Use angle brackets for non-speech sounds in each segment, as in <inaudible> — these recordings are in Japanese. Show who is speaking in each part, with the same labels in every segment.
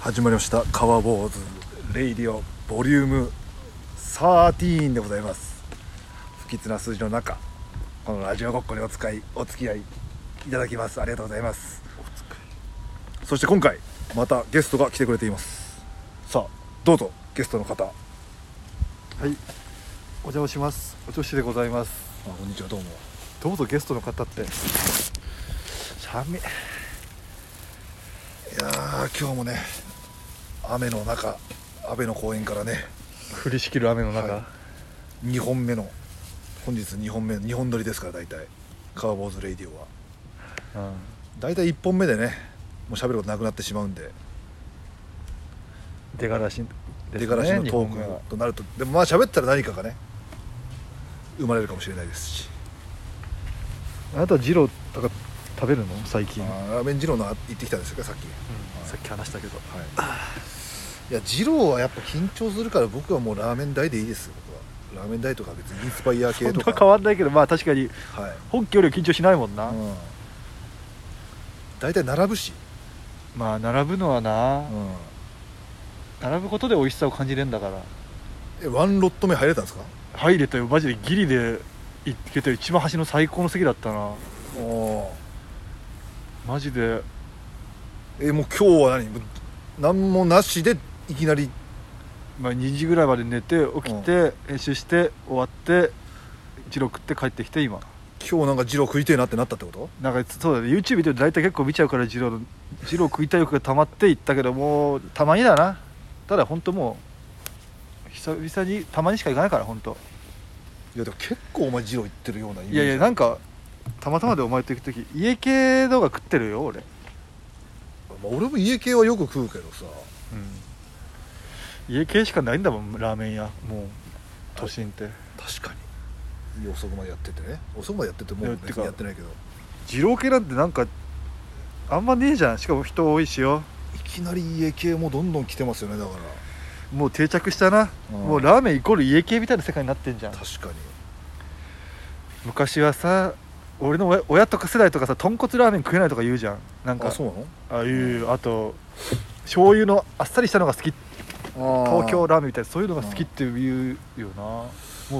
Speaker 1: 始まりました「川坊主レイディオボリューム13」でございます不吉な数字の中このラジオごっこにお使いお付き合いいただきますありがとうございますそして今回またゲストが来てくれていますさあどうぞゲストの方あ
Speaker 2: はい、お邪魔します。お調子でございます。
Speaker 1: こんにちはどうも
Speaker 2: どうぞゲストの方って。しゃべ
Speaker 1: いやー今日もね雨の中安倍の公園からね
Speaker 2: 降りしきる雨の中、
Speaker 1: はい2本目の本日2本目2本撮りですから大体川坊主レイディオは
Speaker 2: うん、
Speaker 1: 大体1本目でねもう喋ることなくなってしまうんで
Speaker 2: 出がらしですね。
Speaker 1: 出がらしの
Speaker 2: 日
Speaker 1: ト
Speaker 2: 本語
Speaker 1: ー
Speaker 2: は
Speaker 1: クとなるとでもまあ喋ったら何かがね生まれるかもしれないですし
Speaker 2: あなたジローとか食べるの最近、
Speaker 1: あーラーメン二郎の行ってきたんですよねさっき、
Speaker 2: うんさっき話したけど。
Speaker 1: はい、いや二郎はやっぱ緊張するから僕はもうラーメン大でいいです僕はラーメン大とか別にインスパイア
Speaker 2: そ
Speaker 1: 系
Speaker 2: ん
Speaker 1: と
Speaker 2: な
Speaker 1: か
Speaker 2: 変わんないけど、まあ確かに
Speaker 1: はい
Speaker 2: 本家よりは緊張しないもんな。
Speaker 1: うん大体並ぶし、
Speaker 2: まあ並ぶのはな、
Speaker 1: うん
Speaker 2: 並ぶことで美味しさを感じれんだから。
Speaker 1: えワンロット目入れたんですか
Speaker 2: 入れたよ、マジでギリで行けて一番端の最高の席だったな。
Speaker 1: おお
Speaker 2: マジで
Speaker 1: ーえもう今日は何もう何もなしでいきなり
Speaker 2: まあ、2時ぐらいまで寝て起きて、練習して終わって一郎食って帰ってきて今
Speaker 1: 今日なんか二郎食いてえなってなったってこと
Speaker 2: なんかそうだね YouTube 見てると大体結構見ちゃうから二郎の二郎食いたい欲が溜まっていったけどもうたまにだなただ本当もう久々にたまにしか行かないから本当
Speaker 1: いやでも結構お前二郎行ってるようなイメー
Speaker 2: い
Speaker 1: ジ
Speaker 2: やいやなんかたまたまでお前と行く時家系のが食ってるよ俺
Speaker 1: まあ俺も家系はよく食うけどさ
Speaker 2: 家系しかないんだもんラーメン屋もう都心って
Speaker 1: 確かに遅くまでやっててね遅くまでやってても
Speaker 2: いや
Speaker 1: う
Speaker 2: て
Speaker 1: 別
Speaker 2: か
Speaker 1: にやってないけど
Speaker 2: 二郎系なんてなんかあんまねえじゃんしかも人多いしよ
Speaker 1: いきなり家系もどんどん来てますよねだから
Speaker 2: もう定着したな、
Speaker 1: うん
Speaker 2: もうラーメンイコール家系みたいな世界になってんじゃん
Speaker 1: 確かに
Speaker 2: 昔はさ俺の親親とか世代とかさ豚骨ラーメン食えないとか言うじゃんなんか
Speaker 1: あそうな
Speaker 2: あいうあと醤油のあっさりしたのが好
Speaker 1: の
Speaker 2: き東京
Speaker 1: ラ
Speaker 2: ラーメンみたいなそういうのが好きっていうよなも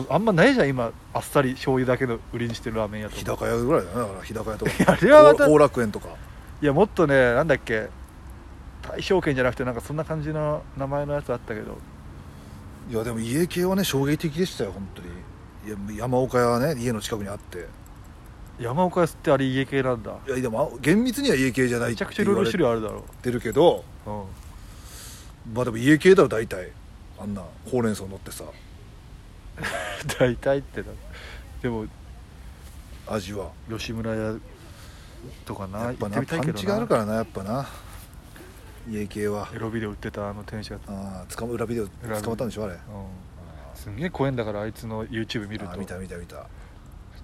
Speaker 2: うあんまないじゃん今あっさり醤油だけの売りにしてるラーメン屋と
Speaker 1: 日
Speaker 2: か
Speaker 1: 高屋ぐらいだねだから日高屋とか
Speaker 2: やあれはまた
Speaker 1: 後楽園とか
Speaker 2: いやもっとねなんだっけ大正圏じゃなくてなんかそんな感じの名前のやつあったけど
Speaker 1: いやでも家系はね衝撃的でしたよ本当にいや山岡屋はね家の近くにあって
Speaker 2: 山岡屋ってあれ家系なんだ
Speaker 1: いやでも厳密には家系じゃない
Speaker 2: め
Speaker 1: っ
Speaker 2: ちゃ
Speaker 1: て
Speaker 2: くちゃい
Speaker 1: 言
Speaker 2: ろい
Speaker 1: わ
Speaker 2: ろ
Speaker 1: れ
Speaker 2: 種類あるだろ
Speaker 1: てるけど <laughs>
Speaker 2: う、うん、
Speaker 1: まあでも家系だろ大体あんなほうれん草乗ってさ
Speaker 2: 大体ってなでも
Speaker 1: 味は
Speaker 2: 吉村屋とかな
Speaker 1: やっぱ
Speaker 2: 行っ
Speaker 1: な
Speaker 2: てみたい
Speaker 1: パ
Speaker 2: け
Speaker 1: ン
Speaker 2: どな
Speaker 1: チがあるからなやっぱな家系は
Speaker 2: エロビで売ってたあの店主が、うん、
Speaker 1: ああ捕ま裏ビデオ
Speaker 2: 裏ビデオ
Speaker 1: 捕まったんでしょあれ
Speaker 2: すんげえ怖えんだからあいつの YouTube 見る
Speaker 1: ああ
Speaker 2: と
Speaker 1: 見た見た見た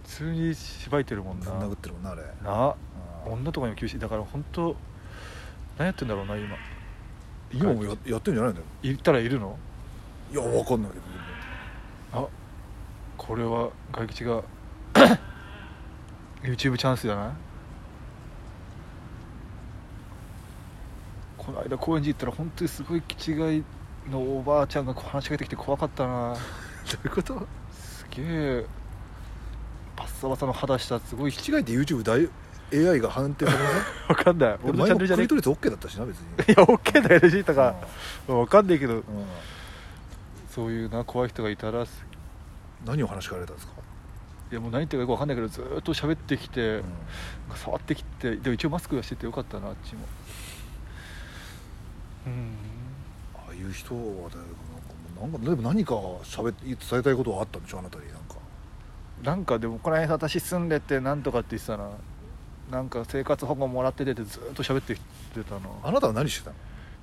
Speaker 2: 普通にしばいてるもん
Speaker 1: ぶん
Speaker 2: な
Speaker 1: 殴ってるもんなあれ
Speaker 2: な
Speaker 1: うん
Speaker 2: 女とかにも厳しいだから本当何やってんだろうな今
Speaker 1: 今もややってんじゃないんだよ
Speaker 2: 行ったらいるの
Speaker 1: いやわかんないけど
Speaker 2: あこれは外吉が <coughs> YouTube チャンスじゃないこの間高円寺行ったら本当にすごい気違いのおばあちゃんが話しかけてきて怖かったな
Speaker 1: どういうこと <laughs>
Speaker 2: すげえバッサバサの肌したすごい
Speaker 1: 違いって YouTube だい AI が判定されない
Speaker 2: わかんない
Speaker 1: 俺
Speaker 2: <laughs> 俺
Speaker 1: の
Speaker 2: の
Speaker 1: チャン
Speaker 2: チャ
Speaker 1: ネルじ
Speaker 2: ンネル
Speaker 1: ゃ
Speaker 2: じゃ
Speaker 1: ねえ
Speaker 2: ねえ
Speaker 1: クリトリス OK だったしな別に
Speaker 2: いや OK だよ LG とかわかんないけど
Speaker 1: うん
Speaker 2: そういうな怖い人がいたらす
Speaker 1: 何を話しかけられたんですか
Speaker 2: いやもう何言ってるかよくわかんないけどずーっと喋ってきて、
Speaker 1: う
Speaker 2: 触ってきてでも一応マスクはしててよかったなあっちもうん
Speaker 1: んああいう人はだよなんかもうなんかでも何か喋って伝えたいことはあったんでしょあなたになんか
Speaker 2: なんかでもこの辺私住んでてなんとかって言ってたななんか生活保護もらっててってずーっと喋ってきてたな
Speaker 1: あなたは何してたの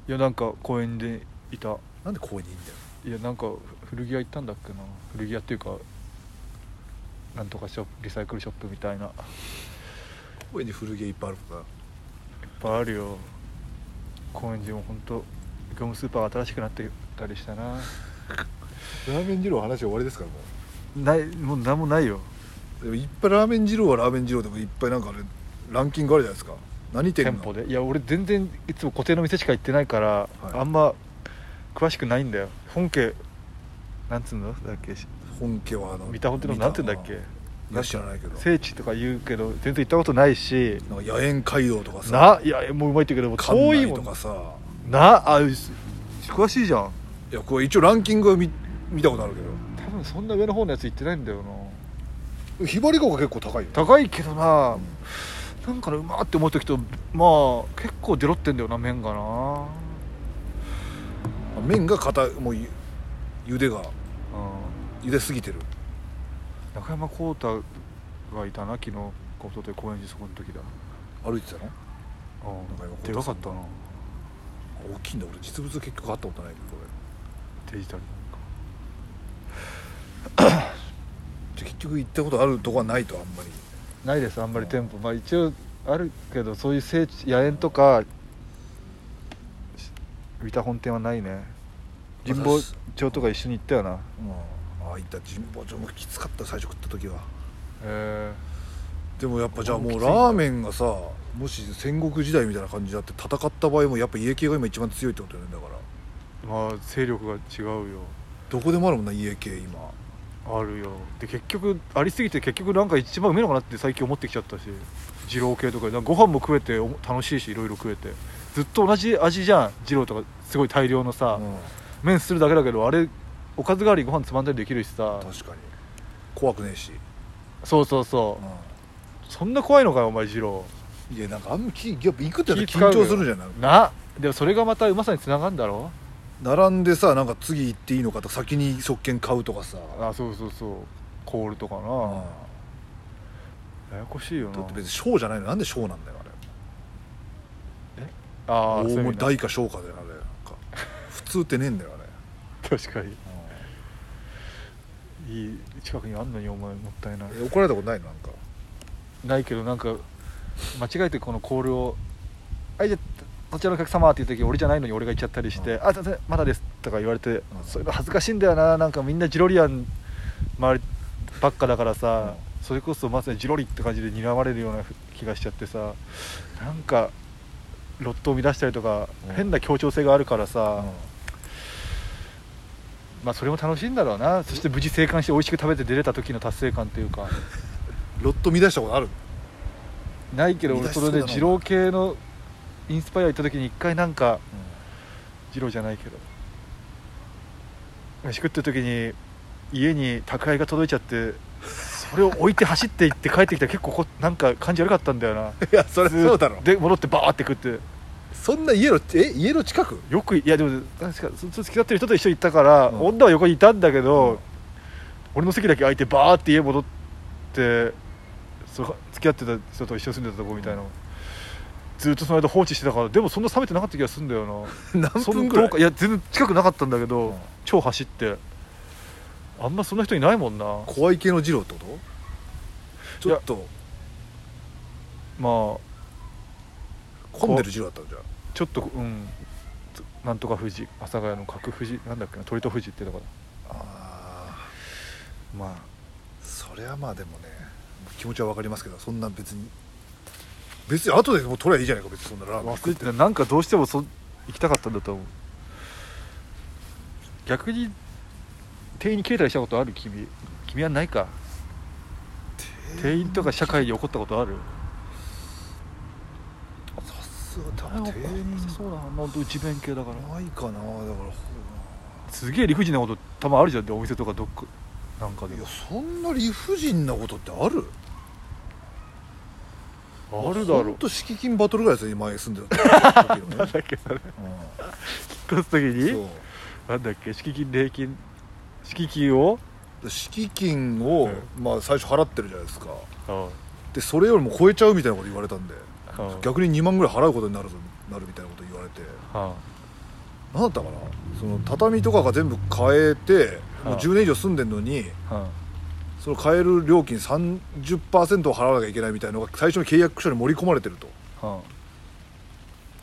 Speaker 2: いやなんか公園でいた
Speaker 1: なんで公園にいんだよ
Speaker 2: いやなんか古着屋行ったんだっけな古着屋っていうかなんとかショップリサイクルショップみたいないっ
Speaker 1: 公園に古着屋いっぱいあるもんな
Speaker 2: ぱいあるよ高円寺も本当業務スーパーが新しくなってたりしたな
Speaker 1: ラーメン二郎話は終わりですからも
Speaker 2: ないもう何もないよ
Speaker 1: うでもいっぱいラーメン二郎はラーメン二郎でもいっぱいなんかあれランキングあるじゃないですか何店
Speaker 2: 店舗でいや俺全然いつも固定の店しか行ってないから、
Speaker 1: はい
Speaker 2: あんま詳しくないんだよ本家なんつうのだっけし
Speaker 1: 本家はあの
Speaker 2: 三田本ってのなんて言うんだっけ
Speaker 1: いや知らないけど
Speaker 2: 聖地とか言うけど全然行ったことないし
Speaker 1: なんか野猿街道とかさ
Speaker 2: ないやもううまいって言うけどもう
Speaker 1: 館
Speaker 2: 遠い
Speaker 1: 内
Speaker 2: も
Speaker 1: と
Speaker 2: ん
Speaker 1: かさ
Speaker 2: なあうす詳しいじゃん
Speaker 1: いやこれ一応ランキングは見見たことあるけど
Speaker 2: 多分そんな上の方のやつ行ってないんだよな
Speaker 1: ひばりが丘結構高いよ
Speaker 2: 高いけどな、なんかねうまーって思う時とまあ結構デロってんだよな麺がな
Speaker 1: 麺が硬いもうゆ茹でが
Speaker 2: うん
Speaker 1: 茹ですぎてる
Speaker 2: 中山浩太がいたな昨日おととい高円寺そこの時だ
Speaker 1: 歩いてたの中山
Speaker 2: う
Speaker 1: 浩太さん
Speaker 2: んでかかったな
Speaker 1: 大きいんだ俺実物結局あったことないけどこれ
Speaker 2: デジタルなんか
Speaker 1: じゃあ結局行ったことあるとこはないとあんまり
Speaker 2: ないですあんまり店舗まあ一応あるけどそういう聖地野猿とかし三田本店はないね神保町とか一緒に行ったよな
Speaker 1: うんああいった神保町もきつかった最初食った時は
Speaker 2: え
Speaker 1: でもやっぱじゃあもうラーメンがさもし戦国時代みたいな感じになって戦った場合もやっぱ家系が今一番強いってことよねだから
Speaker 2: えまあ勢力が違うよ
Speaker 1: どこでもあるもんな家系今
Speaker 2: あるよで結局ありすぎて結局なんか一番うめえのかなって最近思ってきちゃったし二郎系とかなんかご飯も食えてお楽しいしいろいろ食えてずっと同じ味じゃん二郎とかすごい大量のさ、
Speaker 1: う
Speaker 2: 麺するだけだけどあれおかず代わりにご飯つまんだりできるしさ
Speaker 1: ん、確かに怖くねえし、
Speaker 2: そうそうそう、
Speaker 1: う
Speaker 2: そんな怖いのかよお前二郎
Speaker 1: ん、いやなんかあんまきやっぱ行くってな
Speaker 2: 気
Speaker 1: った
Speaker 2: 使
Speaker 1: ら
Speaker 2: うよ
Speaker 1: 緊張するじゃない
Speaker 2: なでもそれがまたうまさにつながるんだろ
Speaker 1: 並んでさなんか次行っていいのかとか先に食券買うとかさ、うん、だ
Speaker 2: あそうそうそうコールとかな、ややこしいよな
Speaker 1: って別に小じゃないのなんで小なんだよあれ
Speaker 2: ああ
Speaker 1: 大
Speaker 2: そういう意
Speaker 1: 盛
Speaker 2: 味
Speaker 1: り
Speaker 2: だ
Speaker 1: 大か小かだよあれなんか普通ってねえんだよあれ、
Speaker 2: 確かにいい近くにあんのにお前もったいない
Speaker 1: え怒られたことないのなんか
Speaker 2: ないけどなんか間違えてこのコールを「はいじゃあこちらのお客様」って言った時俺じゃないのに俺が行っちゃったりして
Speaker 1: う
Speaker 2: 「
Speaker 1: ん
Speaker 2: あすいませんまだです」とか言われて、そういうの恥ずかしいんだよななんかみんなジロリアン周りばっかだからさ、それこそまさにジロリって感じで睨まれるような気がしちゃってさなんかロットを乱したりとか、
Speaker 1: うん
Speaker 2: 変な協調性があるから
Speaker 1: う
Speaker 2: さ
Speaker 1: ん、
Speaker 2: まあそれも楽しいんだろうなそして無事生還して美味しく食べて出れた時の達成感というか。
Speaker 1: ロット乱したことある
Speaker 2: ないけど俺
Speaker 1: 乱し
Speaker 2: そ
Speaker 1: そう
Speaker 2: れ
Speaker 1: だな
Speaker 2: で二郎系のインスパイア行った時に一回なんか二郎じゃないけど飯食ってる時に家に宅配が届いちゃってそれを置いて走って行って帰ってきたら結構こなんか感じ悪かったんだよな
Speaker 1: いや <laughs> それそうだろ
Speaker 2: で戻ってバーって食って
Speaker 1: そんな家のえ家の近く
Speaker 2: よくいやでも確かそそ付き合ってる人と一緒に行ったから、
Speaker 1: うん
Speaker 2: 女は横にいたんだけど、
Speaker 1: うん
Speaker 2: 俺の席だけ空いてバーって家戻ってそう付き合ってた人と一緒に住んでたとこみたいな、
Speaker 1: うん
Speaker 2: ずっとその間放置してたからでもそんな冷めてなかった気がするんだよな
Speaker 1: 何
Speaker 2: そん
Speaker 1: 分ぐらい
Speaker 2: どうかいや全然近くなかったんだけど、
Speaker 1: うん
Speaker 2: 超走ってあんまそんな人いないもんな
Speaker 1: 怖い系の二郎ってことちょっと
Speaker 2: まあ
Speaker 1: 混んでる二郎だったのじゃあ
Speaker 2: ちょっとうんなんとか富士阿佐ヶ谷の角富士なんだっけな鳥と富士ってとこだ
Speaker 1: あ
Speaker 2: まあ
Speaker 1: ーそれはまあでもね気持ちは分かりますけどそんな別に別に後でもう取りゃいいじゃないか別にそんなラーメン
Speaker 2: 忘れてたなんかどうしてもそ行きたかったんだと思う逆に店員に切れたりしたことある君君はないか店員とか社会に怒ったことある
Speaker 1: さすが多分店員
Speaker 2: そうなの内弁慶だから
Speaker 1: ないかなだから
Speaker 2: すげえ理不尽なことたまあるじゃんお店とかどっかなんかで
Speaker 1: い
Speaker 2: も
Speaker 1: やそんな理不尽なことってある
Speaker 2: ある
Speaker 1: ほんと敷金バトルぐらいですよ今住んでた時のね <laughs>
Speaker 2: なんだっけそれ引
Speaker 1: う
Speaker 2: っ越す時
Speaker 1: んそう
Speaker 2: になんだっけ敷金礼金敷金を
Speaker 1: 敷金を、まあ、最初払ってるじゃないですか
Speaker 2: あ
Speaker 1: でそれよりも超えちゃうみたいなこと言われたんで
Speaker 2: あ
Speaker 1: 逆に2万ぐらい払うことになるぞなるみたいなこと言われて
Speaker 2: あ
Speaker 1: 何だったかなその畳とかが全部変えてもう
Speaker 2: ああ
Speaker 1: 10年以上住んでるのに
Speaker 2: あ
Speaker 1: その変える料金30%を払わなきゃいけないみたいなのが最初の契約書に盛り込まれてると
Speaker 2: あ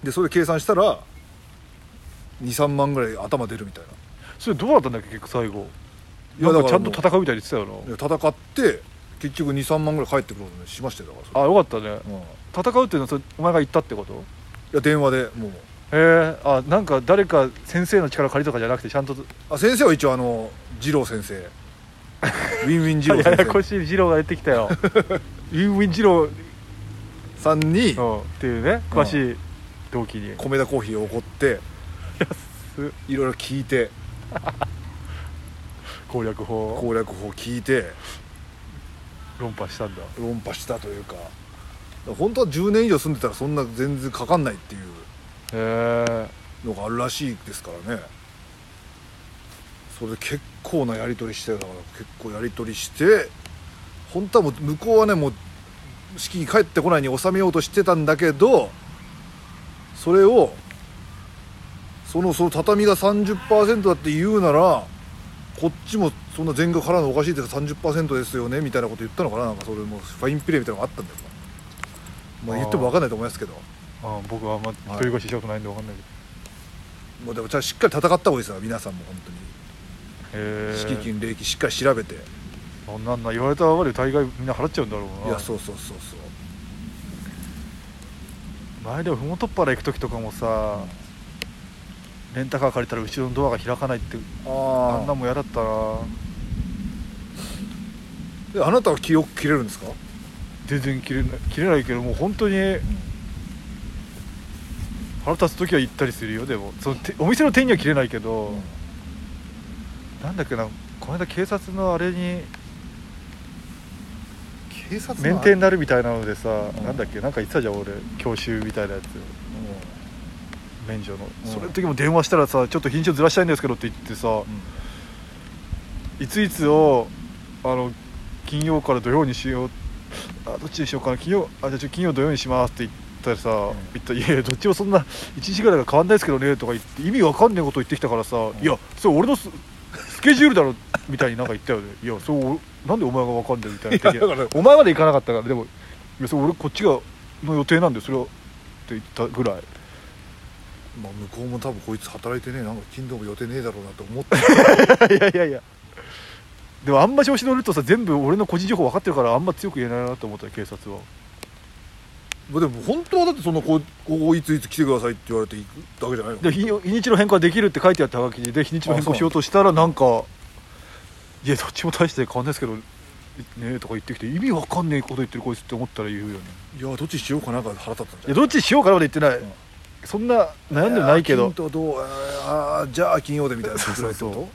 Speaker 1: でそれで計算したら23万ぐらい頭出るみたいな
Speaker 2: それどうだったんだっけ結局最後
Speaker 1: いや
Speaker 2: なんか
Speaker 1: だ
Speaker 2: ち
Speaker 1: か
Speaker 2: ゃ
Speaker 1: ら
Speaker 2: ん
Speaker 1: も
Speaker 2: と
Speaker 1: う
Speaker 2: 戦うみたいに言ってたよな
Speaker 1: で戦って結局23万ぐらい返ってくることにしましたよだからそれ
Speaker 2: あよかったね
Speaker 1: うん、い
Speaker 2: 戦うっていうのはそれお前が言ったってこと
Speaker 1: や電話でもう
Speaker 2: へえあなんか誰か先生の力借りとかじゃなくてちゃんと
Speaker 1: あ先生は一応あの二郎
Speaker 2: <laughs>
Speaker 1: 先生ウィンウィン二郎
Speaker 2: ややこ
Speaker 1: 先
Speaker 2: しい二郎が出てきたよ <laughs> ウィンウィン二郎
Speaker 1: 生さんに
Speaker 2: のっていうね詳しい動機に
Speaker 1: 米田コーヒーを怒って
Speaker 2: す
Speaker 1: いろいろ聞いて
Speaker 2: 攻略法を
Speaker 1: 攻略法を聞いて
Speaker 2: 論破したんだ
Speaker 1: 論破したというか本当は10年以上住んでたらそんな全然かかんないっていう
Speaker 2: へえ
Speaker 1: のがあるらしいですからねそれで結構なやり取りしてだから結構やり取りして本当はもう向こうはねもう式に帰ってこないに収めようとしてたんだけどそれをそのその畳が30%だって言うならこっちもそんな全額払うのおかしいですから30%ですよねみたいなこと言ったのかななんかそれもファインプレーみたいなのがあったんだよまあ言っても分かんないと思いますけど
Speaker 2: あ僕はあんま一人暮らししたことないんで分かんない
Speaker 1: もうでもじゃあしっかり戦った方がいいですよ皆さんも本当に
Speaker 2: けどへえ
Speaker 1: 敷金礼金しっかり調べてい
Speaker 2: そんなんな言われたまで大概みんな払っちゃうんだろうな
Speaker 1: やそうそうそうそう
Speaker 2: 前でも麓っ腹行く時とかもさレンタカー借りたら後ろのドアが開かないってあ
Speaker 1: あ
Speaker 2: ん
Speaker 1: あ
Speaker 2: なんも嫌だったな
Speaker 1: あなたは記憶切れるんですか
Speaker 2: 全然切れない切れないけどもう本当に腹立つ時は行ったりするよでもそのてお店の店員には切れないけど、なんだっけなこの間警察のあれに
Speaker 1: 警察の
Speaker 2: 免停になるみたいなのでさ、
Speaker 1: うん
Speaker 2: なんだっけなんか言ってたじゃん俺教習みたいなやつ免除の、
Speaker 1: うん
Speaker 2: それの時も電話したらさちょっと品種ずらしたいんですけどって言ってさ、いついつをあの金曜から土曜にしようあどっちにしようかな金曜あじゃあちょ金曜土曜にしますって言ったらさ、
Speaker 1: ん
Speaker 2: 言ったらいやいやどっちもそんな1日ぐらいが変わんないですけどねとか言って意味わかんねえこと言ってきたからさ、いやそれ俺のススケジュールだろみたいになんか言ったよねいやそうなんでお前がわかんねえみたいな言ってきて
Speaker 1: いやだか
Speaker 2: お前まで行かなかったからでもいやそれ俺こっちがの予定なんでそれはって言ったぐらい
Speaker 1: まあ、向こうも多分こいつ働いてねえなんか金土も予定ねえだろうなと思って
Speaker 2: いやいやいやでもあんま調子乗るとさ全部俺の個人情報分かってるからあんま強く言えないなと思ったよ警察は
Speaker 1: でも本当はだってそんなこうここいついつ来てくださいって言われて行くだけじゃないの
Speaker 2: で日に日にちの変更はできるって書いてあったはがきで日にちの変更しようとしたらなんかいやどっちも大して変わんないですけどねえとか言ってきて意味わかんねえこと言ってるこいつって思ったら言うよね
Speaker 1: いやどっちにしようかなんか腹立ったんじ
Speaker 2: い
Speaker 1: ゃ
Speaker 2: や
Speaker 1: ない
Speaker 2: どっちにしようかなまで言ってない、
Speaker 1: うん
Speaker 2: そんな悩んでもないけ
Speaker 1: や
Speaker 2: ど
Speaker 1: 金とどうああじゃあ金曜でみたいな
Speaker 2: そうそうそう
Speaker 1: ぐらいって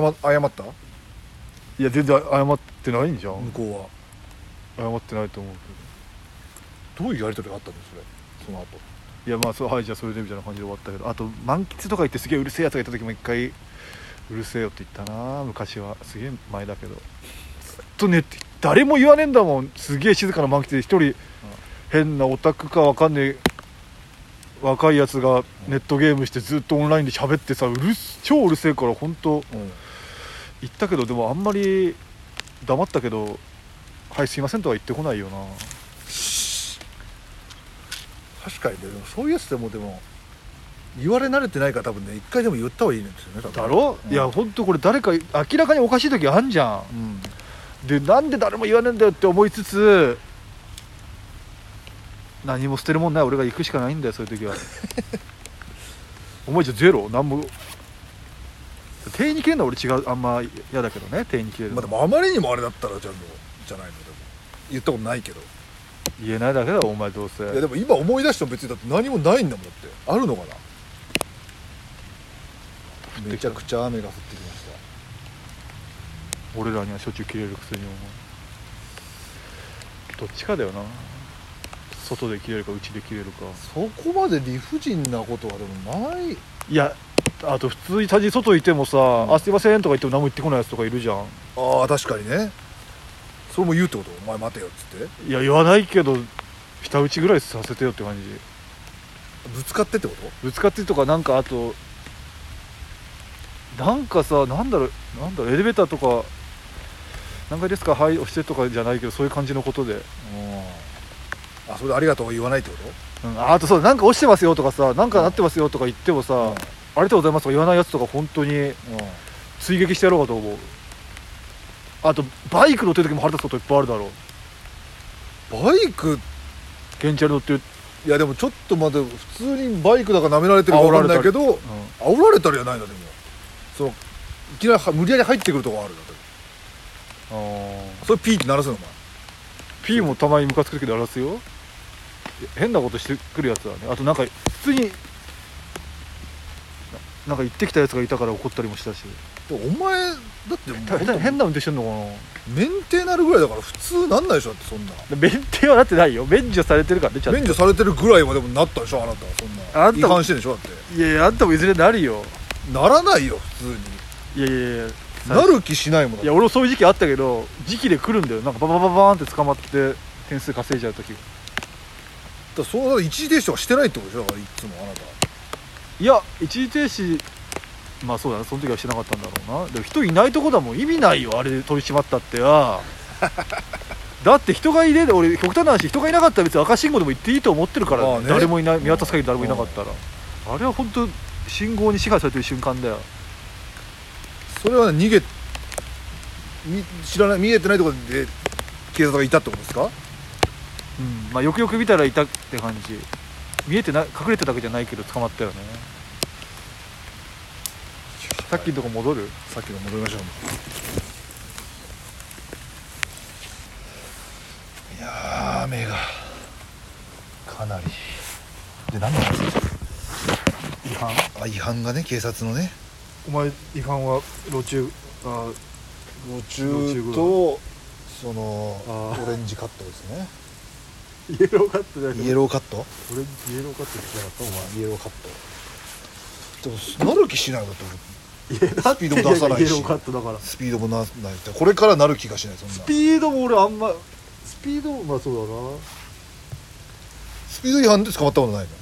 Speaker 1: こと謝謝った
Speaker 2: いや全然謝ってないんじゃ
Speaker 1: 向
Speaker 2: ん
Speaker 1: こうは
Speaker 2: 謝ってないと思う
Speaker 1: どういうやり取りがあったんですそれその後
Speaker 2: けどいやまあそうはいじゃあそれでみたいな感じで終わったけどあと満喫とか言ってすげえうるせえやつがいた時も一回うるせえよって言ったな昔はすげえ前だけどずっとねって誰も言わねえんだもんすげえ静かな満喫で一人変なオタクかわかんねえ若いやつがネットゲームしてずっとオンラインで喋ってさうるす超うるせえから本当
Speaker 1: うん
Speaker 2: 言ったけどでもあんまり黙ったけど「はいすいません」とは言ってこないよな
Speaker 1: 確かにねでもそういうやつでもでも言われ慣れてないから多分ね一回でも言った方がいいんですよね多分
Speaker 2: だろ、
Speaker 1: うん
Speaker 2: いや本当これ誰か明らかにおかしい時あんじゃ
Speaker 1: うん
Speaker 2: んでなんで誰も言わねえんだよって思いつつ何も捨てるもんない俺が行くしかないんだよそう
Speaker 1: <laughs>
Speaker 2: いう時はお前じゃゼロ何も店員に切れるのは俺違うあんま嫌だけどね店員に切れる
Speaker 1: まあ
Speaker 2: の
Speaker 1: でもあまりにもあれだったらじゃあもうじゃないのでも言ったことないけど
Speaker 2: 言えないだけだろお前どうせ
Speaker 1: いやでも今思い出しても別にだって何もないんだもんだってあるのかな
Speaker 2: てきた
Speaker 1: めちゃくちゃ雨が降ってきました
Speaker 2: 俺らにはしょっちゅう切れるくせにお前どっちかだよな外で切れるかうちで切れるか
Speaker 1: そこまで理不尽なことはでもない
Speaker 2: いやあと普通に単純に外いてもさ「
Speaker 1: ん
Speaker 2: あすいません」とか言っても何も言ってこないやつとかいるじゃん
Speaker 1: ああ確かにねそれも言うってことお前待てよっつって
Speaker 2: いや言わないけど舌打ちぐらいさせてよって感じ
Speaker 1: ぶつかってってこと
Speaker 2: ぶつかってとかなんかあとなんかさなんだろうなんだろうエレベーターとか何階ですかはい押してとかじゃないけどそういう感じのことで
Speaker 1: あそれでありがとう言わないってこと
Speaker 2: うんああとそうなんか落ちてますよとかさなんかなってますよとか言ってもさ、
Speaker 1: うん
Speaker 2: ありがとうございますとか言わないやつとか本当に
Speaker 1: うん
Speaker 2: 追撃してやろうかと思うあとバイク乗ってる時も腹立つこといっぱいあるだろう
Speaker 1: バイク
Speaker 2: ケンチャリ乗ってる
Speaker 1: いやでもちょっとまだ普通にバイクだから舐められてるか
Speaker 2: 煽
Speaker 1: 分
Speaker 2: ら
Speaker 1: か
Speaker 2: れ
Speaker 1: んな
Speaker 2: たり
Speaker 1: いけど煽られたりはないなでもそのいきなりは無理やり入ってくるとこあるだってそれピーって鳴らすのお
Speaker 2: P もたまにムカつく時で荒らすよ変なことしてくるやつだねあとなんか普通にななんか行ってきたやつがいたから怒ったりもしたし
Speaker 1: 前でもお前だってもうほ
Speaker 2: 変
Speaker 1: んと
Speaker 2: な変な運転してんのかな
Speaker 1: 免停なるぐらいだから普通なんないでしょだってそんな
Speaker 2: 免停はなってないよ免除されてるからねちゃんと
Speaker 1: 免除されてるぐらいはでもなったでしょあなたはそんな
Speaker 2: あんた
Speaker 1: 違反してんでしょだって
Speaker 2: いやいやあんたもいずれなるよ
Speaker 1: ならないよ普通に
Speaker 2: いやいやいやさ
Speaker 1: なる気しないもんだっ
Speaker 2: い
Speaker 1: て
Speaker 2: や俺もそういう時期あったけど時期で来るんだよなんかバババババーンって捕まって点数稼いじゃう時
Speaker 1: だからそう一時停止とかしてないってことでしょだからいつもあなた
Speaker 2: いや一時停止まあそうだねその時はしてなかったんだろうなでも人いないとこだもん意味ないよあれで取り締まったっ
Speaker 1: <laughs>
Speaker 2: てやだって人がいねえで俺極端な話人がいなかったら別に赤信号でも行っていいと思ってるからね、
Speaker 1: まあね
Speaker 2: 誰もいない
Speaker 1: うん
Speaker 2: 見渡す限り誰もいなかったら、あれは本当信号に支配されてる瞬間だよ
Speaker 1: それはね逃げみ知らない見えてないところで警察がいたってことですか
Speaker 2: うんまあよくよく見たらいたって感じ見えてな隠れてたわけじゃないけど捕まったよねさっきのとこ戻る、
Speaker 1: さっきの戻りましょういやー雨がかなりで何の話ですか
Speaker 2: 違反
Speaker 1: あ違反がね警察のね
Speaker 2: お前違反は路中あ
Speaker 1: 路
Speaker 2: 路中
Speaker 1: 中
Speaker 2: と
Speaker 1: とその
Speaker 2: あー
Speaker 1: オレンジカットですね
Speaker 2: イエローカットじゃ
Speaker 1: イエロ
Speaker 2: ロー
Speaker 1: ーカット
Speaker 2: 俺イエローカットじゃなかっ
Speaker 1: イエローカットでもなる気しないわだって
Speaker 2: たいやだって
Speaker 1: スピードも出さないし
Speaker 2: イエローカットだから
Speaker 1: スピードもなないってこれからなる気がしないそんな
Speaker 2: スピードも俺あんまスピードもまあそう
Speaker 1: スピード違反で捕まったことないの
Speaker 2: だ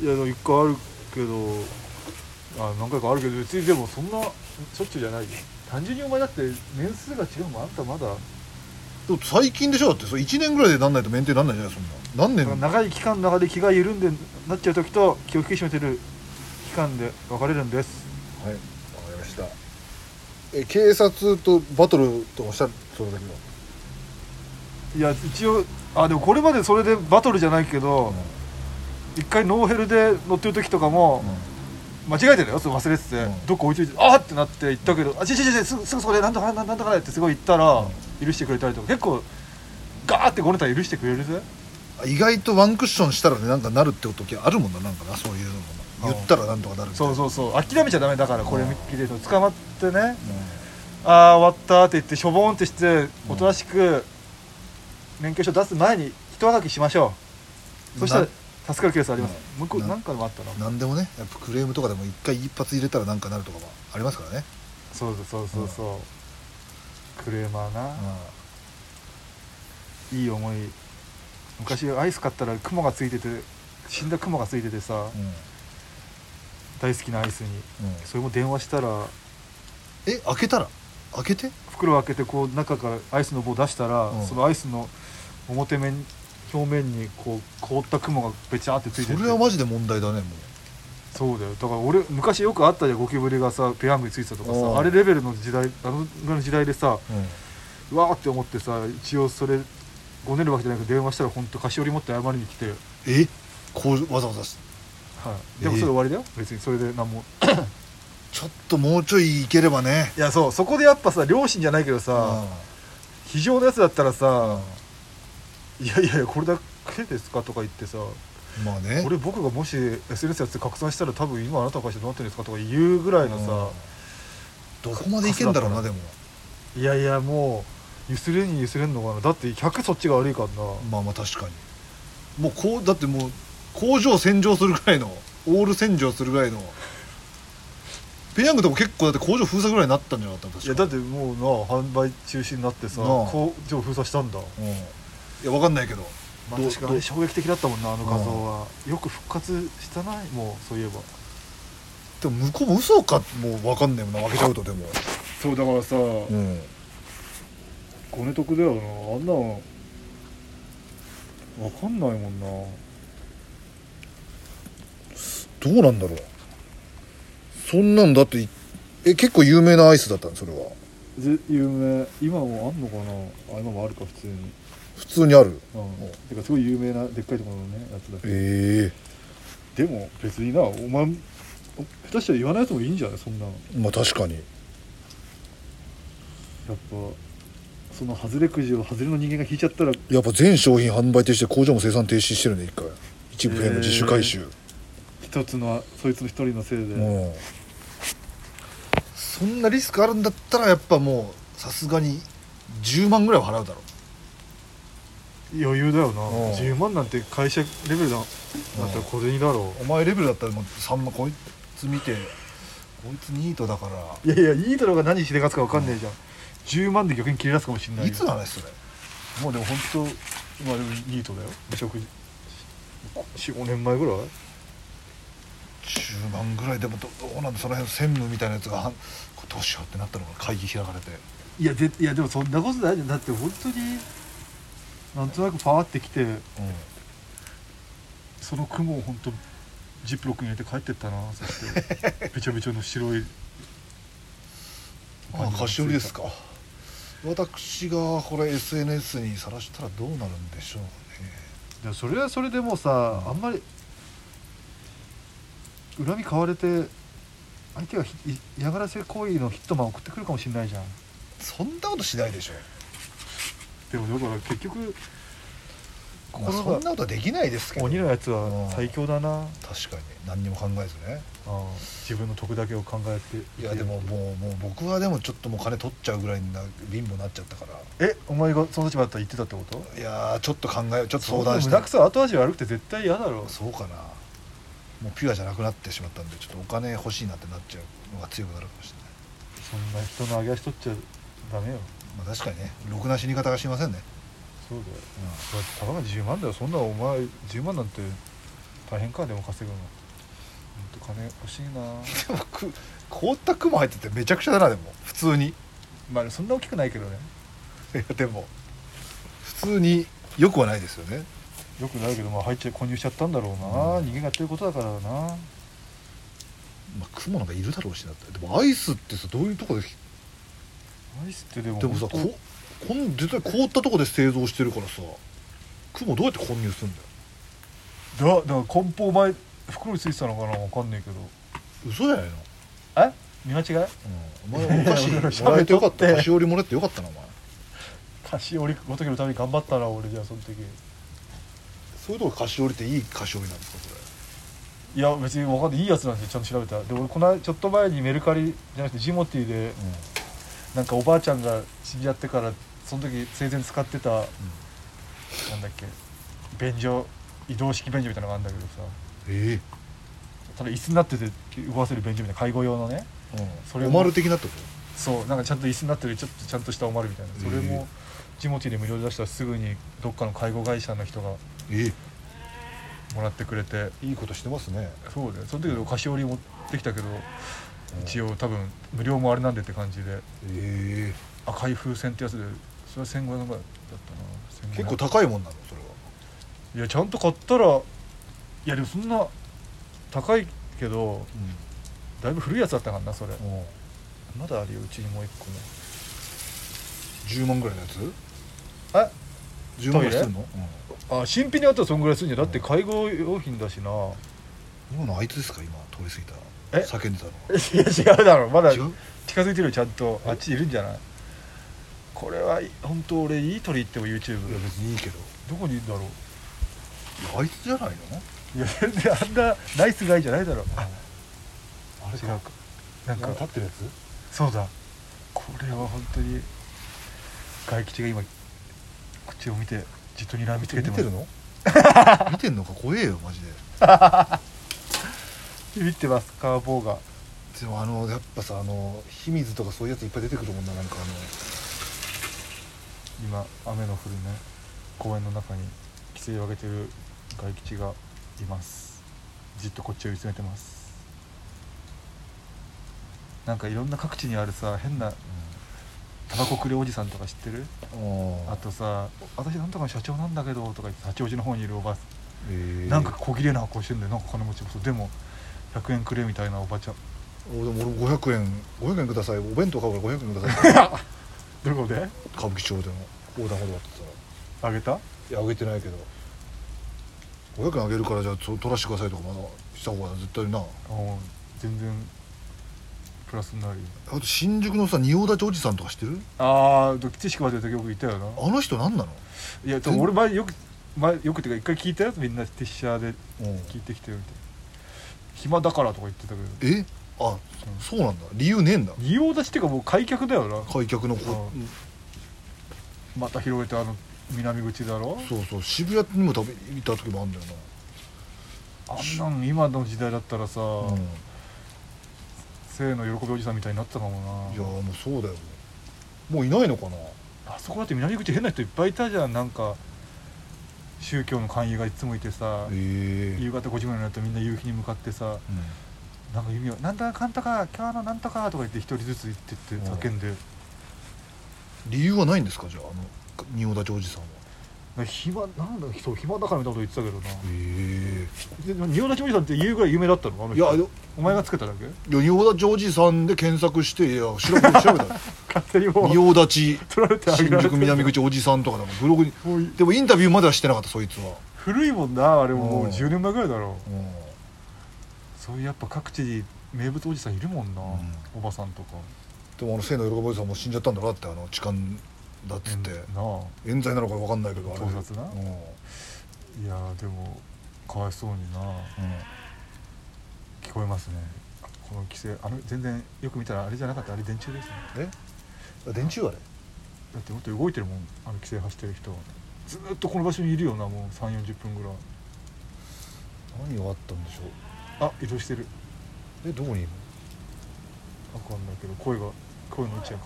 Speaker 2: ないやでも一回あるけどあ何回かあるけど別にでもそんなしょっちゅうじゃないよ単純にお前だって年数が違うもんあんたまだ
Speaker 1: でも最近でしょだってそれ1年ぐらいでなんないと免停なんないじゃないそんな何年
Speaker 2: なんか長い期間の中で気が緩んでなっちゃう時と気を引き締めてる期間で分かれるんです
Speaker 1: はいわかりましたえ警察とバトルとおっしゃるそれだけ
Speaker 2: いや一応あでもこれまでそれでバトルじゃないけど、一回ノーヘルで乗ってる時とかも、間違えてるよそれ忘れてて、
Speaker 1: うん
Speaker 2: どっか追いついてあーってなって言ったけど「あちちちちすぐすぐそこでなんとかなんなんとかね」ってすごい言ったら、許してくれたりとか結構ガーってごねたら許してくれるぜ
Speaker 1: ど意外とワンクッションしたらねなんかなるって時あるもんななんかなそういうのも
Speaker 2: うん
Speaker 1: な言ったらなんとかなるみたい
Speaker 2: そ
Speaker 1: な
Speaker 2: うそううそう諦めちゃダメだからこれ見っきりで捕まってね
Speaker 1: ん
Speaker 2: ああ終わったって言ってしょぼんってしておとなしく免許証出す前に一はがきしましょうそしたら
Speaker 1: な
Speaker 2: 助かるケースあります、
Speaker 1: うん
Speaker 2: 向こう
Speaker 1: な
Speaker 2: なんかでもあったな
Speaker 1: 何でもねやっぱクレームとかでも一回一発入れたらなんかなるとかもありますからね、
Speaker 2: そうそうそうそう、クレーマーな、いい思い昔アイス買ったら雲がついてて死んだ雲がついててさ、
Speaker 1: うん
Speaker 2: 大好きなアイスに
Speaker 1: うん
Speaker 2: それも電話したら
Speaker 1: え開けたら開けて
Speaker 2: 袋を開けてこう中からアイスの棒出したら、
Speaker 1: うん
Speaker 2: そのアイスの表面表面にこう凍った雲がべちゃーってつい
Speaker 1: そ
Speaker 2: てて
Speaker 1: れはマジで問題だねも
Speaker 2: そうだよだから俺昔よくあったじゃんゴキブリがさペヤングについてたとか
Speaker 1: う
Speaker 2: さ
Speaker 1: ん
Speaker 2: あれレベルの時代あのぐらいの時代でさ
Speaker 1: う、うん
Speaker 2: うわーって思ってさ一応それごねるわけじゃなく電話したら本当菓子折り持って謝りに来て
Speaker 1: えこうわざわざ
Speaker 2: はい、でもそれ終わりだよ、別にそれで何も
Speaker 1: ちょっともうちょいいければね
Speaker 2: いやそうそこでやっぱさ両親じゃないけどさ、非常のやつだったらさ、いやいやいやこれだけですかとか言ってさ
Speaker 1: うんまあね
Speaker 2: これ僕がもし SNS やって拡散したら多分今あなたの会社どうなってるんですかとか言うぐらいのさ、
Speaker 1: うんどこまでいけんだろうなでも
Speaker 2: いやいやもうゆすれにゆすれんのかなだって100そっちが悪いからな、
Speaker 1: まあまあ確かにもうこうだってもう工場洗浄するぐらいのオール洗浄するぐらいのペヤングでも結構だって工場封鎖ぐらいになったんじゃなかった
Speaker 2: い
Speaker 1: 確か
Speaker 2: やだってもうな販売中止になってさ
Speaker 1: なあ
Speaker 2: 工場封鎖したんだ、
Speaker 1: うんいやわかんないけど
Speaker 2: まあ、
Speaker 1: ど
Speaker 2: 確かに
Speaker 1: ど
Speaker 2: 衝撃的だったもんなあの画像は、よく復活したなもうそういえば
Speaker 1: でも向こうも嘘かもうわかんないもんな開けちゃうとでも
Speaker 2: そうだからさ、
Speaker 1: うん
Speaker 2: ごねとくだよなあんなのわかんないもんな
Speaker 1: どうなんだろうそんなんだっていえ結構有名なアイスだったのそれは
Speaker 2: ず有名今もあんのかなあ今もあるか普通に
Speaker 1: 普通にある
Speaker 2: うんてかすごい有名なでっかいところのねやつだけ
Speaker 1: え
Speaker 2: どでも別になお前下手したら言わないやつもいいんじゃないそんなのや
Speaker 1: えまあ確かに
Speaker 2: っぱその外れくじを外れの人間が引いちゃったら
Speaker 1: やっぱ全商品販売停止して工場も生産停止してるね一回一部編の自主回収、
Speaker 2: 一つのそいつの一人のせいで、
Speaker 1: うんそんなリスクあるんだったらやっぱもうさすがに10万ぐらいは払うだろ
Speaker 2: 余裕だよな
Speaker 1: うん
Speaker 2: 10万なんて会社レベルだだったらこれにだろ
Speaker 1: お前レベルだったらもう3万こいつ見てこいつニートだか
Speaker 2: ういやいやいいだろうが何しでかすか分かんねえじゃん、10万で逆に切れ出すかもしれな
Speaker 1: ら
Speaker 2: い
Speaker 1: い
Speaker 2: よ
Speaker 1: つの話それ
Speaker 2: もうでも本当まあでもニートだよ食事45年前ぐらい
Speaker 1: 10万ぐらいでもどどうなんだその辺の専務みたいなやつがはんこれどうしようってなったのかな会議開かれて
Speaker 2: いやでいやでもそんなことないじゃんだって本当になんとなくパワーってきて
Speaker 1: う
Speaker 2: その雲を本当ジップロックに入れて帰ってったなそして <laughs> べちょべちょの白い
Speaker 1: んあ菓子折りですか私がこれ SNS にさらしたらどうなるんでしょうね
Speaker 2: でもそれはそれでもうさ、あんまり恨み買われて相手がひい嫌がらせ行為のヒットマン送ってくるかもしれないじゃん
Speaker 1: そんなことしないでしょ
Speaker 2: でもだから結局
Speaker 1: まあそ
Speaker 2: 心
Speaker 1: んな
Speaker 2: が
Speaker 1: ことはできないですけど
Speaker 2: 鬼のやつ
Speaker 1: うん
Speaker 2: は最強だな、
Speaker 1: 確かに何にも考えずね
Speaker 2: ああ自分の得だけを考えて
Speaker 1: いやでももうもう僕はでもちょっともう金取っちゃうぐらいな貧乏になっちゃったから
Speaker 2: えお前がその立場だったら言ってたってこと
Speaker 1: いやーちょっと考えちょっと相談し
Speaker 2: そん
Speaker 1: た
Speaker 2: な胸くそ後味悪くて絶対嫌だろ
Speaker 1: そうかなもうピュアじゃなくなってしまったんでちょっとお金欲しいなってなっちゃうのが強くなるかもしれ
Speaker 2: そんな人の揚げ足取っちゃダメよ
Speaker 1: ない、まあ、確かにねろくな死に方がしませんね、
Speaker 2: そうだよだってたかが10万だよそんなお前10万なんて大変かでも稼ぐのほんと金欲しいな
Speaker 1: でもく凍った雲入っててめちゃくちゃだなでも普通にい
Speaker 2: まあそんな大きくないけどね
Speaker 1: やでも普通によくはないですよね
Speaker 2: よくないけどまあ入っちゃい混入しちゃったんだろうな、
Speaker 1: うん
Speaker 2: 人間がやってることだからな
Speaker 1: まあ、雲なんかいるだろうしなってでもアイスってさどういうとこで
Speaker 2: アイスってでも
Speaker 1: でもさ
Speaker 2: ほんと
Speaker 1: ここん絶対凍ったとこで製造してるからさ雲どうやって混入するんだよ
Speaker 2: だだから梱包前袋についてたのかなわかんないけど
Speaker 1: 嘘じゃないの
Speaker 2: え見間違い
Speaker 1: お前お菓
Speaker 2: いや俺
Speaker 1: 子
Speaker 2: ら
Speaker 1: もらえてよかっ
Speaker 2: 喋っと
Speaker 1: た
Speaker 2: って
Speaker 1: 菓子折りもらってよかったなお前
Speaker 2: 菓子折りごときのために頑張ったな俺じゃあその時
Speaker 1: そういうとこ菓子折りっていい菓子折りなんですか
Speaker 2: いや別に分かんないいいやつなんですよちゃんと調べたで俺この間ちょっと前にメルカリじゃなくてジモティーで
Speaker 1: それ、
Speaker 2: なんかおばあちゃんが死んじゃってからその時生前使ってたなんだっけ便所移動式便所みたいなのがあるんだけどさ
Speaker 1: え
Speaker 2: ただ椅子になってて動かせる便所みたいな介護用のね
Speaker 1: え
Speaker 2: それ
Speaker 1: お
Speaker 2: も
Speaker 1: まる的なってこ
Speaker 2: そうなんかちゃんと椅子になってるちょっとちゃんとしたおまるみたいなそれ
Speaker 1: へ
Speaker 2: も
Speaker 1: え
Speaker 2: ジモティーで無料で出したらすぐにどっかの介護会社の人が
Speaker 1: とえ
Speaker 2: もらってくれて
Speaker 1: えいいことしてますね
Speaker 2: そうだよその時の菓子折り持ってきたけど一応多分無料もあれなんでって感じで
Speaker 1: え
Speaker 2: 赤い風船ってやつでそれは1500円ぐらいだったな
Speaker 1: え
Speaker 2: 1500
Speaker 1: 結構高いもんなのそれはい
Speaker 2: やちゃんと買ったらいやでもそんな高いけどだいぶ古いやつだったからなそれ
Speaker 1: うん、うん、
Speaker 2: まだあるようちにもう一個も
Speaker 1: 10万ぐらいのやつ
Speaker 2: え
Speaker 1: 10万ぐらいす
Speaker 2: トイレ
Speaker 1: るの、
Speaker 2: あ新品にあったらそんぐらいするんじゃんだって介護用品だしな
Speaker 1: うん、今のあいつですか今通り過
Speaker 2: え
Speaker 1: ぎた叫んでたの
Speaker 2: い <laughs> や違うだろまだ
Speaker 1: 違う
Speaker 2: 近づいてるよちゃんとあっちいるんじゃないこれはい本当俺いい鳥行っても YouTube
Speaker 1: いや別にいいけど
Speaker 2: どこにいるんだろう
Speaker 1: いやあいつじゃないの
Speaker 2: いや全然あんなナイスガイじゃないだろあ
Speaker 1: あれ
Speaker 2: 違うかなんか
Speaker 1: ってるやつ
Speaker 2: そうだこれは本当に外吉が今こっちを見てじっとにらみつけてます
Speaker 1: 見てるの <laughs> 見てんのか怖えよマジで
Speaker 2: 見てますカーボーが
Speaker 1: でもあのやっぱさあの秘密とかそういうやついっぱい出てくるもんななんか
Speaker 2: 今雨の降るね公園の中に規制を上げてる外吉がいますじっとこっちを見つめてますなんかいろんな各地にあるさ変なタバコくれおじさんとか知ってる
Speaker 1: あの、うん、
Speaker 2: あとさ「私なんとかの社長なんだけど」とか言って八王子の方にいるおばあさん
Speaker 1: えー
Speaker 2: なんか小綺麗な格好してんだよなんか金持ちもそうでも100円くれみたいなおばちゃん
Speaker 1: おでも俺500円500円くださいお弁当買うから500円ください <laughs>
Speaker 2: どこで
Speaker 1: 歌舞伎町でも横断歩道だってたら
Speaker 2: あげた
Speaker 1: いやあげてないけど500円あげるからじゃあそ取らせてくださいとかまだした方が絶対な
Speaker 2: うん全然プラスになるよ
Speaker 1: あと新宿のさ仁王立ちおじさんとか知ってる
Speaker 2: ああ知識まで時よくいたよな
Speaker 1: あの人何なの
Speaker 2: いやでも俺前よく前よくっていうか一回聞いたやつみんなティッシャーで
Speaker 1: うん
Speaker 2: 聞いてきてよみたいな暇だからとか言ってたけど
Speaker 1: えあ
Speaker 2: うん
Speaker 1: そうなんだ理由ねえんだ
Speaker 2: 利用出しっていうかもう開脚だよな
Speaker 1: 開脚のこ
Speaker 2: うんまた広げてあの南口だろ
Speaker 1: そうそう渋谷にも多分行った時もあんだよ
Speaker 2: あんなん今の時代だったらさ、
Speaker 1: なうんい
Speaker 2: 性の喜びおじさんみたいになってたかも
Speaker 1: や
Speaker 2: な
Speaker 1: もうそうだよもういないのかな
Speaker 2: あそこだって南口変な人いっぱいいたじゃんなんか宗教の勧誘がいつもいてさ、
Speaker 1: ええ
Speaker 2: 夕方5時ぐらいになるとみんな夕日に向かってさなんか意味を「なんとかかんとか今日のなんとか」とか言って一人ずつ言ってって叫んで、
Speaker 1: 理由はないんですかじゃああの仁王立ちおじさんは
Speaker 2: 暇なんだそう暇だからみたいなこと言ってたけどな
Speaker 1: え
Speaker 2: ででも仁王立ちおじさんって言うぐらい有名だったのあの
Speaker 1: いや
Speaker 2: 人
Speaker 1: いや
Speaker 2: お前がつけただけ
Speaker 1: 仁王立ちおじさんで検索していや調べた調べ <laughs> た
Speaker 2: 勝手にも
Speaker 1: 仁
Speaker 2: う
Speaker 1: 王立ち
Speaker 2: 取られてあげ
Speaker 1: <laughs> 新
Speaker 2: られ
Speaker 1: 宿
Speaker 2: て
Speaker 1: 南口おじさんとかだもんブログに
Speaker 2: もう
Speaker 1: でもインタビューまではしてなかったそいつは、
Speaker 2: 古いもんなあれももう
Speaker 1: うん
Speaker 2: 10年前ぐらいだろ
Speaker 1: うん
Speaker 2: そういうやっぱ各地に名物おじさんいるもんな、
Speaker 1: う
Speaker 2: おばさんとか
Speaker 1: でもあの清の喜びおじさんも死んじゃったんだろだってあの痴漢だっつって、
Speaker 2: なあ
Speaker 1: 冤罪なのか分かんないけどあれ
Speaker 2: 盗撮な
Speaker 1: うんう
Speaker 2: いやーでもかわいそうになん聞こえますねこの規制あの全然よく見たらあれじゃなかったあれ電柱です
Speaker 1: え
Speaker 2: ね
Speaker 1: 電柱あれ
Speaker 2: だってもっと動いてるもんあの規制走ってる人はずーっとこの場所にいるよなもう3 4 0分ぐらい
Speaker 1: 何があったんでしょう
Speaker 2: あ移動してる
Speaker 1: えどこにいる
Speaker 2: わかんないけど声が声の位置が変わ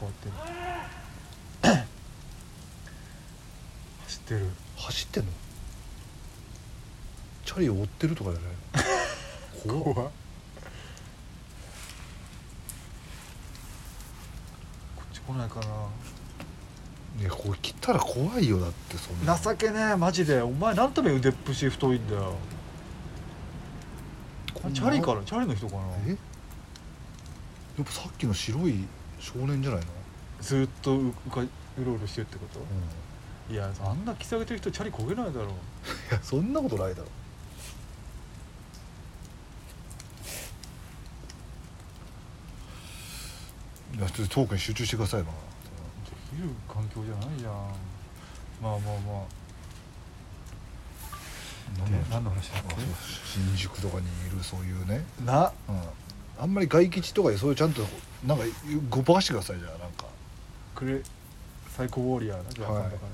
Speaker 2: ってる <coughs> 走ってる
Speaker 1: 走ってんのチャリを追ってるとかじゃない
Speaker 2: <laughs>
Speaker 1: の怖っ
Speaker 2: 怖っこっち来ないか
Speaker 1: いやこれ切ったら怖いよだってそんな
Speaker 2: な情けねえマジでお前何ため腕っぷし太いんだよ
Speaker 1: こんな
Speaker 2: チャリからチャリの人かな
Speaker 1: えやっぱさっきの白い少年じゃないの、
Speaker 2: ずーっとううかうろうろしてるってこと、いやあんな着下げてる人チャリ焦げないだろ
Speaker 1: いやそんなことないだろいやちょっとトークに集中してくださいな
Speaker 2: できる環境じゃないじゃんまあまあまあで何の話だっ
Speaker 1: あそう新宿とかにいるそういうね、
Speaker 2: けな
Speaker 1: うん、あんまり外吉とかでそういうちゃんとなんかごばかしてくださいじゃあなんか
Speaker 2: くれサイコウォーリアーなじゃあ、
Speaker 1: はい
Speaker 2: 今度から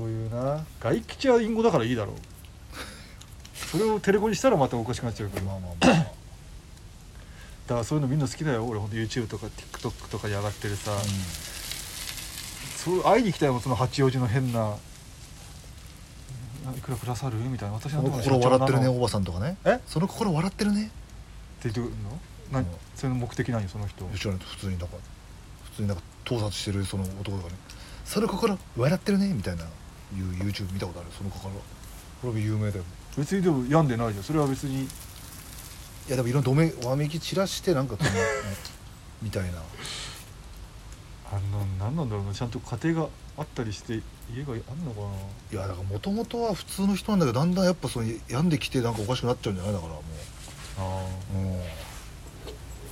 Speaker 2: そういうな外吉は隠語だからいいだろう <laughs> それをテレコにしたらまたおかしくなっちゃうけどだ
Speaker 1: まあまあまあ、
Speaker 2: からそういうのみんな好きだよ俺ほんと YouTube とか TikTok とかに上がってるさ、
Speaker 1: う
Speaker 2: そう会いに来たよその八王子の変な「いくらくださる?」みたいな私の
Speaker 1: ん、そ
Speaker 2: と
Speaker 1: の
Speaker 2: こ
Speaker 1: 心
Speaker 2: ろ
Speaker 1: 笑ってるね
Speaker 2: の
Speaker 1: おばさんとかね
Speaker 2: え
Speaker 1: その心笑ってるね
Speaker 2: って言ってくるの何
Speaker 1: うん
Speaker 2: それの目的何その人
Speaker 1: 後ろに普通になんか普通になんか盗撮してるその男とかね「その心笑ってるね」みたいないう YouTube 見たことあるその心これも有名だよ
Speaker 2: 別にでも病んでないじゃんそれは別に
Speaker 1: いやでもいろんなどめわめき散らしてなんかそのね <laughs> みたいな
Speaker 2: あの何なんだろうなちゃんと家庭があったりして家があんのかない
Speaker 1: やだからもともとは普通の人なんだけどだんだんやっぱその病んできてなんかおかしくなっちゃうんじゃないだからも
Speaker 2: あ
Speaker 1: う、うん、
Speaker 2: ー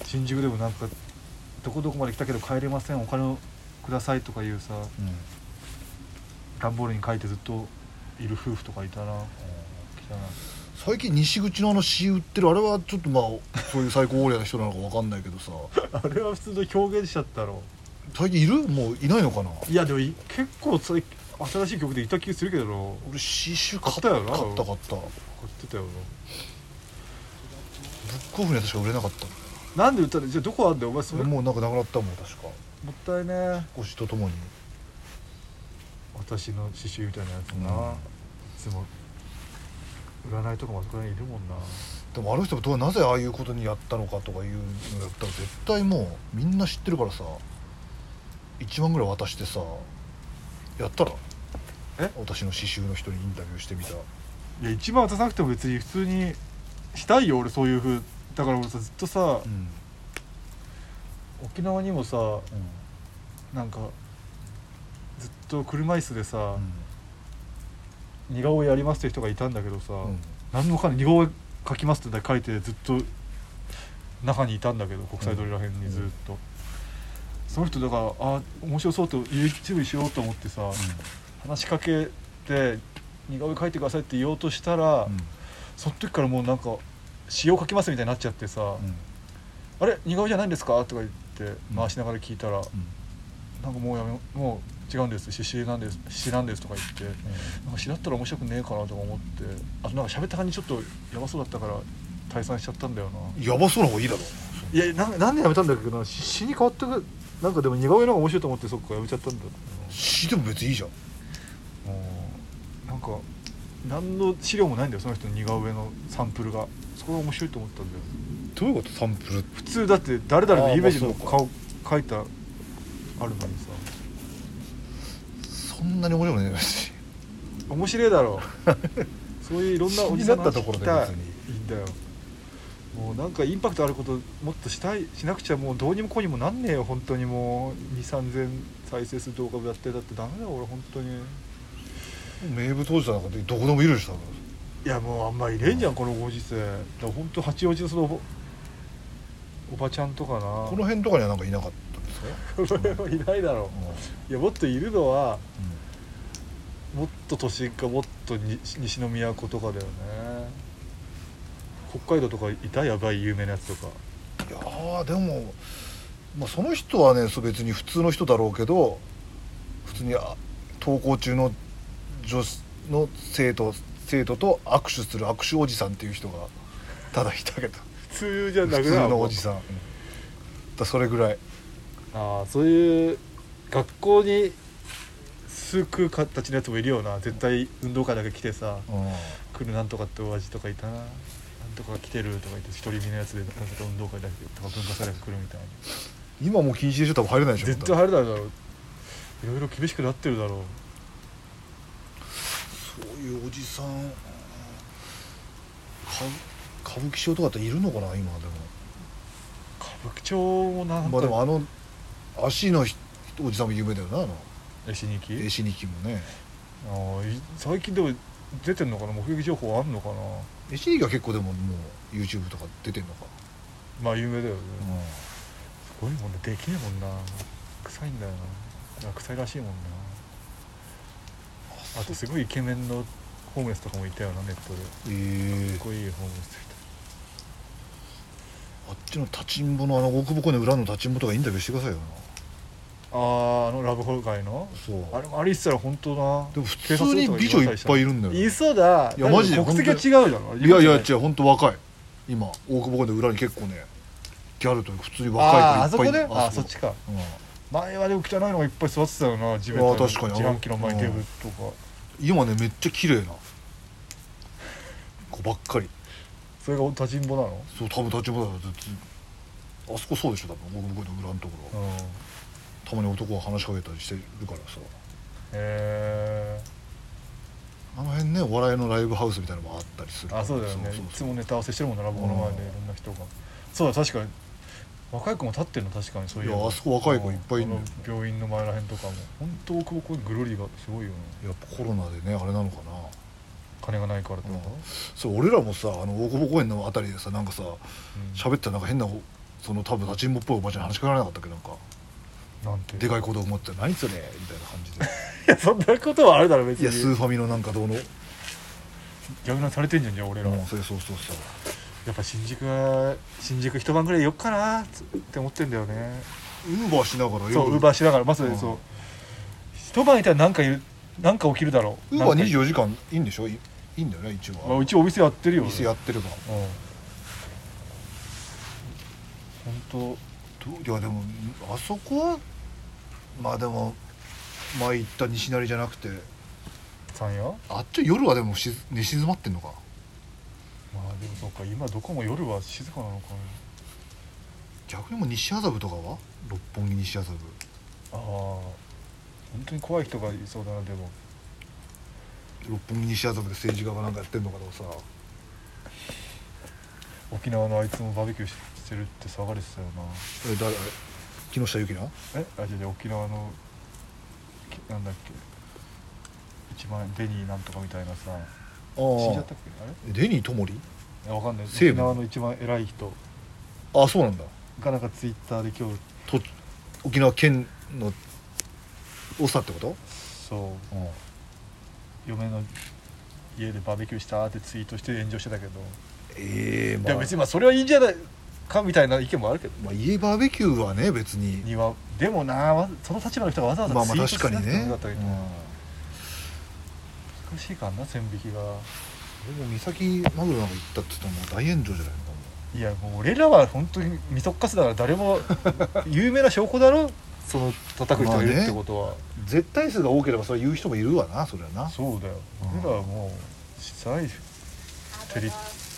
Speaker 2: 新宿でもなんかどこどこまで来たけど帰れませんお金をくださいとかいうさ
Speaker 1: うん
Speaker 2: 段ボールに書いてずっといる夫婦とかいたな来たな
Speaker 1: 最近西口のあの詩売ってるあれはちょっとまあそういう最高オーリアな人なのかわかんないけどさ
Speaker 2: あれは普通の表現しちゃったろ
Speaker 1: 最近いるもういないのかない
Speaker 2: やでもい結構最新しい曲でいた気するけどな買
Speaker 1: 俺詩集買っ
Speaker 2: 買ったよな
Speaker 1: 買った買ったブッ
Speaker 2: ってたよ
Speaker 1: クオフには確か売れなかったんだよ
Speaker 2: ななんで売ったのじゃあどこあんだよお前それも
Speaker 1: もうなんかなくなったもん確か
Speaker 2: ったいね
Speaker 1: 腰とともに
Speaker 2: 私の刺繍みたいなやつな、
Speaker 1: うん
Speaker 2: いつも占いとかもあそこら辺にいるもんな
Speaker 1: でもあの人もどうなぜああいうことにやったのかとかいうのやったら絶対もうみんな知ってるからさ1万ぐらい渡してさやったら
Speaker 2: え
Speaker 1: 私の刺繍の人にインタビューしてみた
Speaker 2: いや一番渡さなくても別に普通にしたいよ俺そういうふうだから俺さずっとさ
Speaker 1: うん
Speaker 2: 沖縄にもさなんかずっと車椅子でさ、似顔絵やりますって人がいたんだけどさ、
Speaker 1: うん
Speaker 2: 何もかんない似顔絵描きますって書いてずっと中にいたんだけど国際通りらへんにずっと、その人だからあ面白そうと YouTube にしようと思ってさ、話しかけて似顔絵描いてくださいって言おうとしたら、
Speaker 1: うん
Speaker 2: その時からもうなんか詩を書きますみたいになっちゃってさ「
Speaker 1: うん
Speaker 2: あれ似顔絵じゃないんですか?」とか言って回しながら聞いたら「なんかもうやめもう違うんです詩詩なんです詩なんです」とか言って。なんか詩だったら面白くねえかなとか思ってあとなんか喋った感じちょっとやばそうだったから退散しちゃったんだよな
Speaker 1: うんやばそうな方がいいだろ
Speaker 2: いやななんでやめたんだっけどな詩詩に変わってくなんかでも似顔絵の方が面白いと思ってそっかやめちゃったんだよ
Speaker 1: 死でも別にいいじゃん
Speaker 2: ななんか何の資料もないんだよその人の似顔絵のサンプルがそこが面白いと思ったんだよ
Speaker 1: どういうことサンプル
Speaker 2: 普通だって誰々のイメージ
Speaker 1: あ
Speaker 2: の
Speaker 1: ーまあ
Speaker 2: 顔描いたあるのにさ
Speaker 1: そんなに俺もねえし
Speaker 2: 面白いだろう <laughs> そういういろんなおじさんの話聞
Speaker 1: 気
Speaker 2: きたい
Speaker 1: になったところで
Speaker 2: いいんだよもうなんかインパクトあることもっとしたいしなくちゃもうどうにもこうにもなんねえよ本当にもう2 3 0 0 0再生する動画をやってだってダメだよ俺本当に
Speaker 1: 名物おじさんなんかどこでもいるでしょ多分
Speaker 2: いやもうあんまりいれんじゃんこのご時世だから本当八王子のそのおおばちゃんとかな
Speaker 1: この辺とかにはなんかいなかったんですか
Speaker 2: この辺はいないだろういやもっといるのは
Speaker 1: う
Speaker 2: もっと都心かもっとに西の都とかだよね北海道とかいたやばい有名なやつとか
Speaker 1: んいやーでもまあその人はねそう別に普通の人だろうけど普通にあ登校中の女子の生徒生徒と握手する握手おじさんっていう人がただいた <laughs> けど
Speaker 2: 普通じゃな
Speaker 1: 普
Speaker 2: く
Speaker 1: 通
Speaker 2: なる
Speaker 1: のおじさんうんだそれぐらい
Speaker 2: ああそういう学校にすく形のやつもいるよな絶対運動会だけ来てさ「来るなんとかってお味とかいたななんとか来てる」とか言って独り身のやつでなんとか運動会だけとか文化祭だけ来るみたいな
Speaker 1: 今もう禁止でしょ多分入れないでしょ
Speaker 2: 絶対
Speaker 1: ま
Speaker 2: 入るだろういろいろ厳しくなってるだろう
Speaker 1: たそういうおじさんか歌舞伎町とかっているのかな今でも
Speaker 2: 歌舞伎町もなんか、
Speaker 1: まあでもあの足のひおじさんも有名だよなあの
Speaker 2: え死に行き
Speaker 1: 絵師にきもね
Speaker 2: あーい最近でも出てんのかな目撃情報あんのかな
Speaker 1: 絵師にきは結構でももう YouTube とか出てんのか、
Speaker 2: まあ有名だよね、
Speaker 1: うん
Speaker 2: すごいもんねできねえもんな臭いんだよなあ臭いらしいもんなあとすごいイケメンのホームレスとかもいたよなネットでか
Speaker 1: ええ
Speaker 2: っこいいホームレス
Speaker 1: あっちの立ちんぼのあの奥深いの裏の立ちんぼとかインタビューしてくださいよな
Speaker 2: とかあああのラブホ街の
Speaker 1: そう
Speaker 2: あれもあれ言ってたら本当な
Speaker 1: でも普通に美女いっぱいいるんだよね
Speaker 2: いそうだ
Speaker 1: いやマジで
Speaker 2: だけど国籍が違うだろ
Speaker 1: いやいや違
Speaker 2: う
Speaker 1: う本当若い今大久保公園の裏に結構ねギャルというか普通に若
Speaker 2: ああ
Speaker 1: い
Speaker 2: あそ
Speaker 1: 子い
Speaker 2: こ
Speaker 1: っぱい
Speaker 2: で
Speaker 1: いる
Speaker 2: ああそっちか
Speaker 1: うん
Speaker 2: 前はでも汚いのがいっぱい座ってたよな地べた
Speaker 1: あー確かに
Speaker 2: 自販機の前
Speaker 1: うん
Speaker 2: テーブルとか
Speaker 1: 今ねめっちゃ綺麗な子ばっかり
Speaker 2: それが立ちんぼなの
Speaker 1: そう多分立ちんぼだよ絶対あそこそうでしょ多分大久保公園の裏のところ、
Speaker 2: うん
Speaker 1: たまに男が話しかけたりしてるからさ
Speaker 2: へえ
Speaker 1: あの辺ねお笑いのライブハウスみたいなのもあったりするから
Speaker 2: あそうだよね
Speaker 1: そう
Speaker 2: い
Speaker 1: そ
Speaker 2: つ
Speaker 1: う
Speaker 2: もネタ合わせしてるもんなラブホの前でいろんな人がそうだ確かに若い子も立ってるの確かにそういう
Speaker 1: いやあそこ若い子いっぱいいんだよ
Speaker 2: 病院の前らへんとかも本当大久保公園グロリーがすごいよね
Speaker 1: やっぱコロナでねあれなのかな
Speaker 2: 金がないからってこ
Speaker 1: そう俺らもさあの大久保公園のあたりでさなんかさ
Speaker 2: と、
Speaker 1: 喋ってたらなんか変なその多分立ちんぼっぽいおばちゃんに話しかけられなかったっけなんか
Speaker 2: うん、なんて
Speaker 1: でかい子供って何それみたいな感じで
Speaker 2: いや <laughs> そんなことはあるだろ別
Speaker 1: いやスー
Speaker 2: に
Speaker 1: ファミのなんかどうの、うん、
Speaker 2: 逆なされてんじゃんじゃあ俺ら、や
Speaker 1: そうそうそうそう
Speaker 2: っぱ新宿は新宿一晩ぐらいよっかなって思ってんだよね
Speaker 1: ウーバーしながら
Speaker 2: そうウーバー
Speaker 1: し
Speaker 2: しながらまさにそう、一晩いたら何かいる何か起きるだろ
Speaker 1: ウーバー
Speaker 2: なんか
Speaker 1: 24時間いいんでしょいいいんだよね一
Speaker 2: まあ
Speaker 1: 応
Speaker 2: うちお店やってるよね
Speaker 1: 店やってれば
Speaker 2: 本
Speaker 1: どいやでもあそこはまあでも前行った西成じゃなくて
Speaker 2: 当さんやま
Speaker 1: あっち夜はでもし寝静まってんのか
Speaker 2: あでもそうか今どこも夜は静かなのか
Speaker 1: 逆にもう西麻布とかは六本木西麻布
Speaker 2: なああ本当に怖い人がいそうだなでも
Speaker 1: 六本木西麻布で政治家がなんかやってんのかとかさ
Speaker 2: 沖縄のあいつもバーベキューししてるって騒がれてたよな
Speaker 1: え誰木下ゆきな
Speaker 2: えあじゃじゃ沖縄のきなんだっけ一番デニーなんとかみたいなさ死んじゃったっけあれ
Speaker 1: デニーともり
Speaker 2: いやわかんない
Speaker 1: 西
Speaker 2: 沖
Speaker 1: 部
Speaker 2: 縄の一番偉い人
Speaker 1: あそうなんだ
Speaker 2: がなんかツイッターで今日
Speaker 1: と沖縄県の長ってこと
Speaker 2: そう
Speaker 1: うん
Speaker 2: 嫁の家でバーベキューしたってツイートして炎上してたけど、
Speaker 1: ええ
Speaker 2: い
Speaker 1: ま
Speaker 2: や
Speaker 1: あ
Speaker 2: 別にまあそれはいいんじゃないかみたいな意見もあるけど
Speaker 1: まあ、家バーベキューはね別に
Speaker 2: 庭でもなわその立場の人がわざわ
Speaker 1: ま
Speaker 2: ざ
Speaker 1: あ
Speaker 2: ツ
Speaker 1: ま
Speaker 2: イ
Speaker 1: あ
Speaker 2: ート
Speaker 1: 確
Speaker 2: し
Speaker 1: か
Speaker 2: な
Speaker 1: に
Speaker 2: くても
Speaker 1: ね
Speaker 2: よかった
Speaker 1: う
Speaker 2: け
Speaker 1: ん
Speaker 2: ど、難しいからな線引き
Speaker 1: で
Speaker 2: が
Speaker 1: も三崎マグロなんか行ったって言ったらもう大炎上じゃないのかも
Speaker 2: いやもう俺らは本当に味噌かすだから
Speaker 1: <laughs>
Speaker 2: 誰も有名な証拠だろその叩く人がいるってことは、
Speaker 1: う絶対数が多ければそれ言う人もいるわなそれはな
Speaker 2: そうだよ
Speaker 1: うん
Speaker 2: 俺らはもう小さいテレ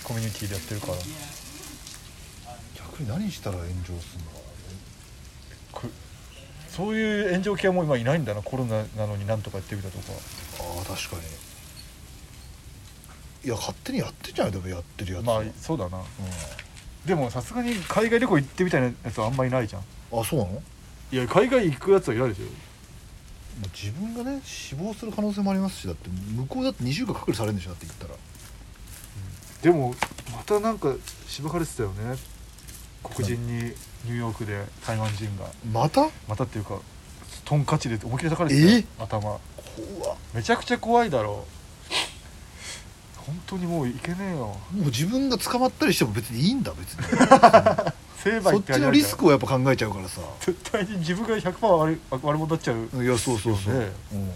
Speaker 2: コミュニティでやってるから
Speaker 1: 逆に何したら炎上するのか
Speaker 2: こそういう炎上系はもう今いないんだなコロナなのになんとかやってみたとか
Speaker 1: なあー確かにいや勝手にやってんじゃないでもやってるやつ
Speaker 2: ま
Speaker 1: は
Speaker 2: あ
Speaker 1: うん
Speaker 2: そうだなでもさすがに海外旅行行ってみたいなやつはあんまいないじゃん
Speaker 1: あそうなのもう
Speaker 2: いや海外行くやつはいないでしょ
Speaker 1: 自分がね死亡する可能性もありますしだって向こうだって2週間隔離されるんでしょだって言ったら
Speaker 2: でもまたなんかしばかれてたよね黒人にニューヨークで台湾人が
Speaker 1: また
Speaker 2: またっていうかトンカチで思いっきり叩かれてたよ
Speaker 1: え
Speaker 2: 頭
Speaker 1: 怖っ
Speaker 2: めちゃくちゃ怖いだろ本当にもういけねえよ
Speaker 1: もう自分が捕まったりしても別にいいんだ別に
Speaker 2: 成敗
Speaker 1: そっ
Speaker 2: ってあ
Speaker 1: ちの
Speaker 2: れだじ
Speaker 1: リ
Speaker 2: ゃん
Speaker 1: スクをやっぱ考えちゃうからさ
Speaker 2: 絶対に自分が100%悪い悪者になっちゃう
Speaker 1: いやそうそうそう、
Speaker 2: ね
Speaker 1: うん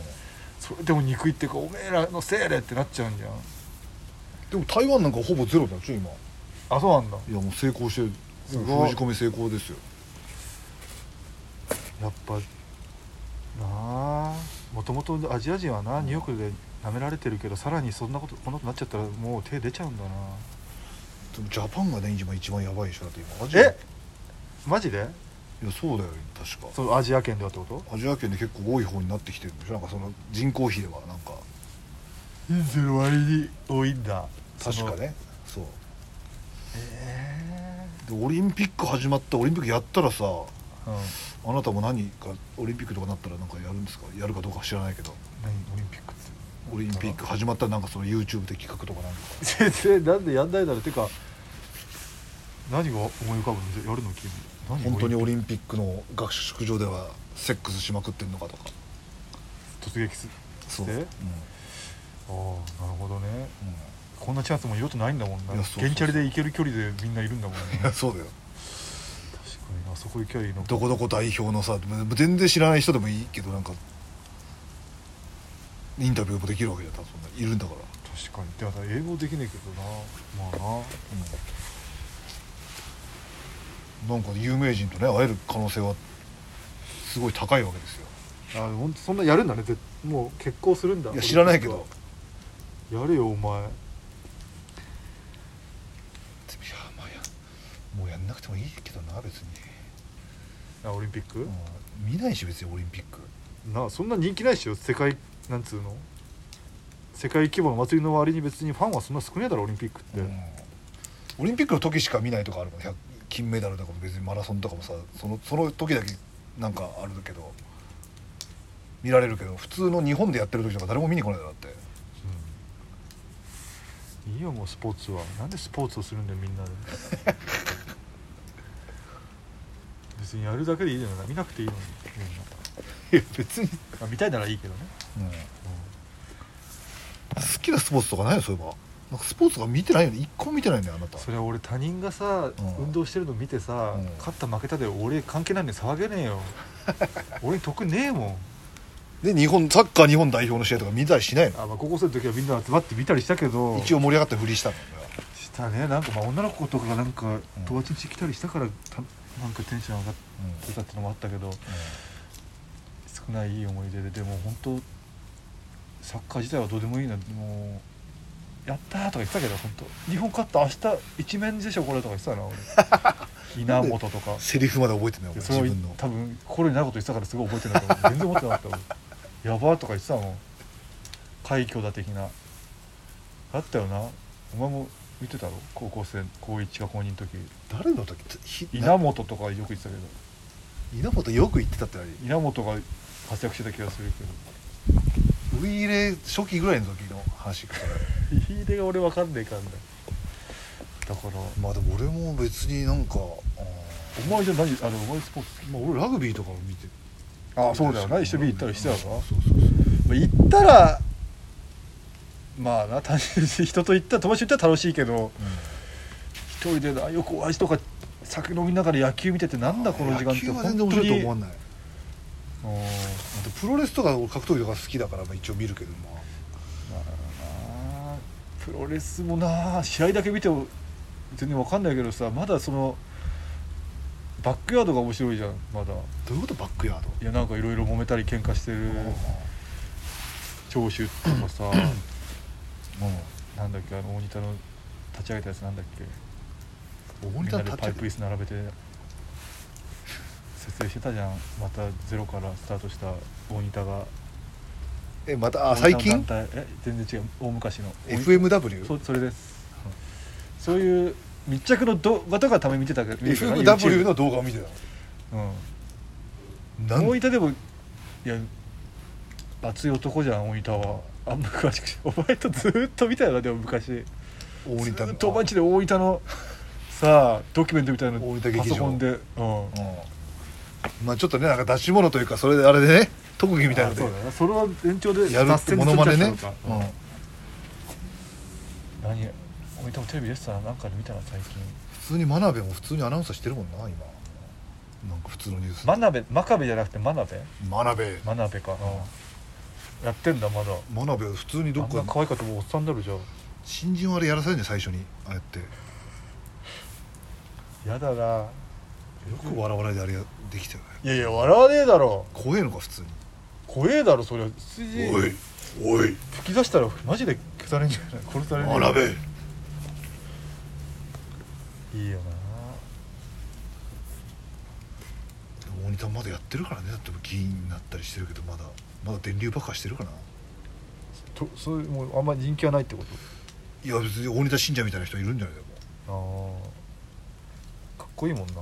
Speaker 2: それでも憎いっていうかおめえらのせいでってなっちゃうんじゃん
Speaker 1: でも台湾なんかほぼゼロだよ今
Speaker 2: あそうなんだ
Speaker 1: いやもう成功してる
Speaker 2: すごい
Speaker 1: 封じ込め成功ですよ
Speaker 2: やっぱなあもともとアジア人はなニューヨークで舐められてるけどさらにそんなことこんなことなっちゃったらもう手出ちゃうんだな
Speaker 1: でもジャパンがね今一番やばいでしょだって今アジア
Speaker 2: えマジで
Speaker 1: いやそうだよ確か
Speaker 2: そのアジア圏ではってこと
Speaker 1: アジア圏で結構多い方になってきてるんでしょなんかその人口比ではなんか
Speaker 2: 人数の割に多いんだ
Speaker 1: 確かねそう
Speaker 2: え
Speaker 1: でオリンピック始まったオリンピックやったらさ
Speaker 2: えうん
Speaker 1: あなたも何かオリンピックとかなったらなんかやるんですかやるかどうか知らないけど
Speaker 2: 何オリンピックって
Speaker 1: オリンピック始まったらなんかその YouTube で企画とかなんか
Speaker 2: 先生なんでやんないだろうてか何が思い浮かぶのやるの君何
Speaker 1: 本当にオ
Speaker 2: オリン
Speaker 1: リンピックの合宿場ではセックスしまくってんのかとか
Speaker 2: 突撃す
Speaker 1: そう、
Speaker 2: え
Speaker 1: うんうん
Speaker 2: ああなるほどねこんなチャンスも二度とないんだもんない
Speaker 1: やそうそうそう
Speaker 2: ゲンチャリで行ける距離でみんないるんだもんね <laughs>
Speaker 1: いや <laughs> そうだよ
Speaker 2: 確かにあそこ行きゃいいの
Speaker 1: どこどこ代表のさ全然知らない人でもいいけどなんかインタビューもできるわけじゃん多分そんないるんだから、
Speaker 2: 確かにでもさ英語できねえけどなまあな
Speaker 1: うん、なんか有名人とね会える可能性はすごい高いわけですよ
Speaker 2: あ本当そんなやるんだねぜもう結婚するんだ
Speaker 1: いや知らないけど
Speaker 2: やれよお前
Speaker 1: いやまあやもうやんなくてもいいけどな別に、
Speaker 2: あオリンピック、
Speaker 1: うん、見ないし別にオリンピック
Speaker 2: なあそんな人気ないっしょ世界なんつうの世界規模の祭りの割に別にファンはそんな少ねえだろオリンピックって、
Speaker 1: うんオリンピックの時しか見ないとかあるから100金メダルとかも別にマラソンとかもさそのその時だけなんかあるけど見られるけど普通の日本でやってる時とか誰も見に来ないだろだって
Speaker 2: いいよもうスポーツはなんでスポーツをするんだよみんなで <laughs> 別にやるだけでいいじゃない見なくていいのにみんな、
Speaker 1: いや別に、
Speaker 2: まあ、見たいならいいけどね、
Speaker 1: うん好きなスポーツとかないよそういえばなんかスポーツが見てないよね一個も見てないんだよあなた
Speaker 2: それは俺他人がさ、
Speaker 1: うん
Speaker 2: 運動してるの見てさ、
Speaker 1: うん
Speaker 2: 勝った負けたで俺関係ないのに騒げねえ <laughs> よ俺に得ねえもん
Speaker 1: で日本サッカー日本代表の試合とか見たりしないの
Speaker 2: あ、まあ、高校生の時はみんな集まって見たりしたけど
Speaker 1: 一応盛り上がったふりしたの俺は
Speaker 2: したねなんかまあ女の子とかがなんか
Speaker 1: うん
Speaker 2: 友達に来たりしたからたなんかテンション上がってたってのもあったけど少ないいい思い出ででも本当サッカー自体はどうでもいいなもうやったーとか言ってたけど本当日本勝った明日一面でしょこれとか言ってたな俺稲本とか
Speaker 1: セリフまで覚えてない俺
Speaker 2: で
Speaker 1: 自
Speaker 2: それを
Speaker 1: 分の
Speaker 2: 多分心になること言ってたからすごい覚えてないから全然思ってなかった俺やばーとか言ってたもん快挙だ的なあったよなお前も見てたろ高校生高1か高2の時
Speaker 1: 誰の時ひ
Speaker 2: 稲本とかよく言ってたけど
Speaker 1: 稲本よく言ってたってあれ
Speaker 2: 稲本が活躍してた気がするけど
Speaker 1: ウイイレ初期ぐらいの時の話から
Speaker 2: 入れが俺わかんねえかんだだから
Speaker 1: まあでも俺も別になんか
Speaker 2: お前じゃ何あのお前スポーツ好き
Speaker 1: まあ俺ラグビーとかを見て
Speaker 2: あそうだよな一緒に行ったりしてた
Speaker 1: か
Speaker 2: の
Speaker 1: そうそうそう
Speaker 2: まあ行ったらまあな単純に人と行ったら友達と行ったら楽しいけど一人でなよくお味とか酒飲みながら野球見ててなんだこの時間って
Speaker 1: 野球は全然面白いと思わない
Speaker 2: うんま
Speaker 1: あとプロレスとか俺格闘技とか好きだからまあ一応見るけどま
Speaker 2: あプロレスもな試合だけ見ても全然わかんないけどさまだそのバックヤードが面白いじゃんまだ
Speaker 1: あどういうことバックヤード
Speaker 2: いやなんかいろいろ揉めたり喧嘩してる長州とかさなんだっけあの大仁田の立ち上げたやつなんだっけ
Speaker 1: うん大
Speaker 2: み
Speaker 1: 仁
Speaker 2: ん
Speaker 1: 田
Speaker 2: な
Speaker 1: の
Speaker 2: で
Speaker 1: 立
Speaker 2: パイプ椅
Speaker 1: ち
Speaker 2: 子並べて設営してたじゃんまたゼロからスタートした大仁田が
Speaker 1: えまたあ最
Speaker 2: 大仁
Speaker 1: 近
Speaker 2: 田の団体え全然違う大昔のそ
Speaker 1: FMW?
Speaker 2: それです、そういう密着の動画とかために見てたけど見てたから
Speaker 1: FMW の
Speaker 2: YouTube
Speaker 1: 動画を見てたのな
Speaker 2: うん大
Speaker 1: ん
Speaker 2: 分でもいや熱い男じゃん大分はあんま詳しくしお前とずーっと見たよなでも昔
Speaker 1: 大
Speaker 2: ず
Speaker 1: 仁田
Speaker 2: ー
Speaker 1: の
Speaker 2: っとマジで大分のさあドキュメントみたいな
Speaker 1: 大
Speaker 2: の
Speaker 1: 分劇場
Speaker 2: パソコンで、うん、
Speaker 1: うんまあちょっとねなんか出し物というかそれであれでね特技みたいな
Speaker 2: あ
Speaker 1: の
Speaker 2: そう
Speaker 1: で
Speaker 2: だなそれは延長で
Speaker 1: やるってものまねね
Speaker 2: 雑
Speaker 1: うん
Speaker 2: 誌に撮っちゃったのかうん何大分もテレビ出てたななんかで見たな最近
Speaker 1: 普通に真鍋も普通にアナウンサーしてるもんな今なんか普通のニュース
Speaker 2: 真鍋真壁じゃなくて真鍋
Speaker 1: 真鍋
Speaker 2: 真鍋か、やってんだまだ
Speaker 1: 真鍋普通にどっ
Speaker 2: あんな
Speaker 1: か
Speaker 2: 可愛かったもうおっさんになるじゃん
Speaker 1: 新人はあれやらされるね最初にあれってよ
Speaker 2: やだな
Speaker 1: く笑わないであれやできたよね
Speaker 2: いやいや笑わねえだろ
Speaker 1: 怖えのか普通に
Speaker 2: 怖えだろそりゃ筋
Speaker 1: おいおい
Speaker 2: 吹き出したらマジで消されんじゃない殺される
Speaker 1: 真鍋
Speaker 2: いいよ
Speaker 1: 大仁田まだやってるからねだって議員になったりしてるけどまだまだ電流爆破してるかな
Speaker 2: なとそういうもうあんまり人気はないってこと
Speaker 1: いや別に大仁田信者みたいな人いるんじゃないでも
Speaker 2: あーかっこいいもんな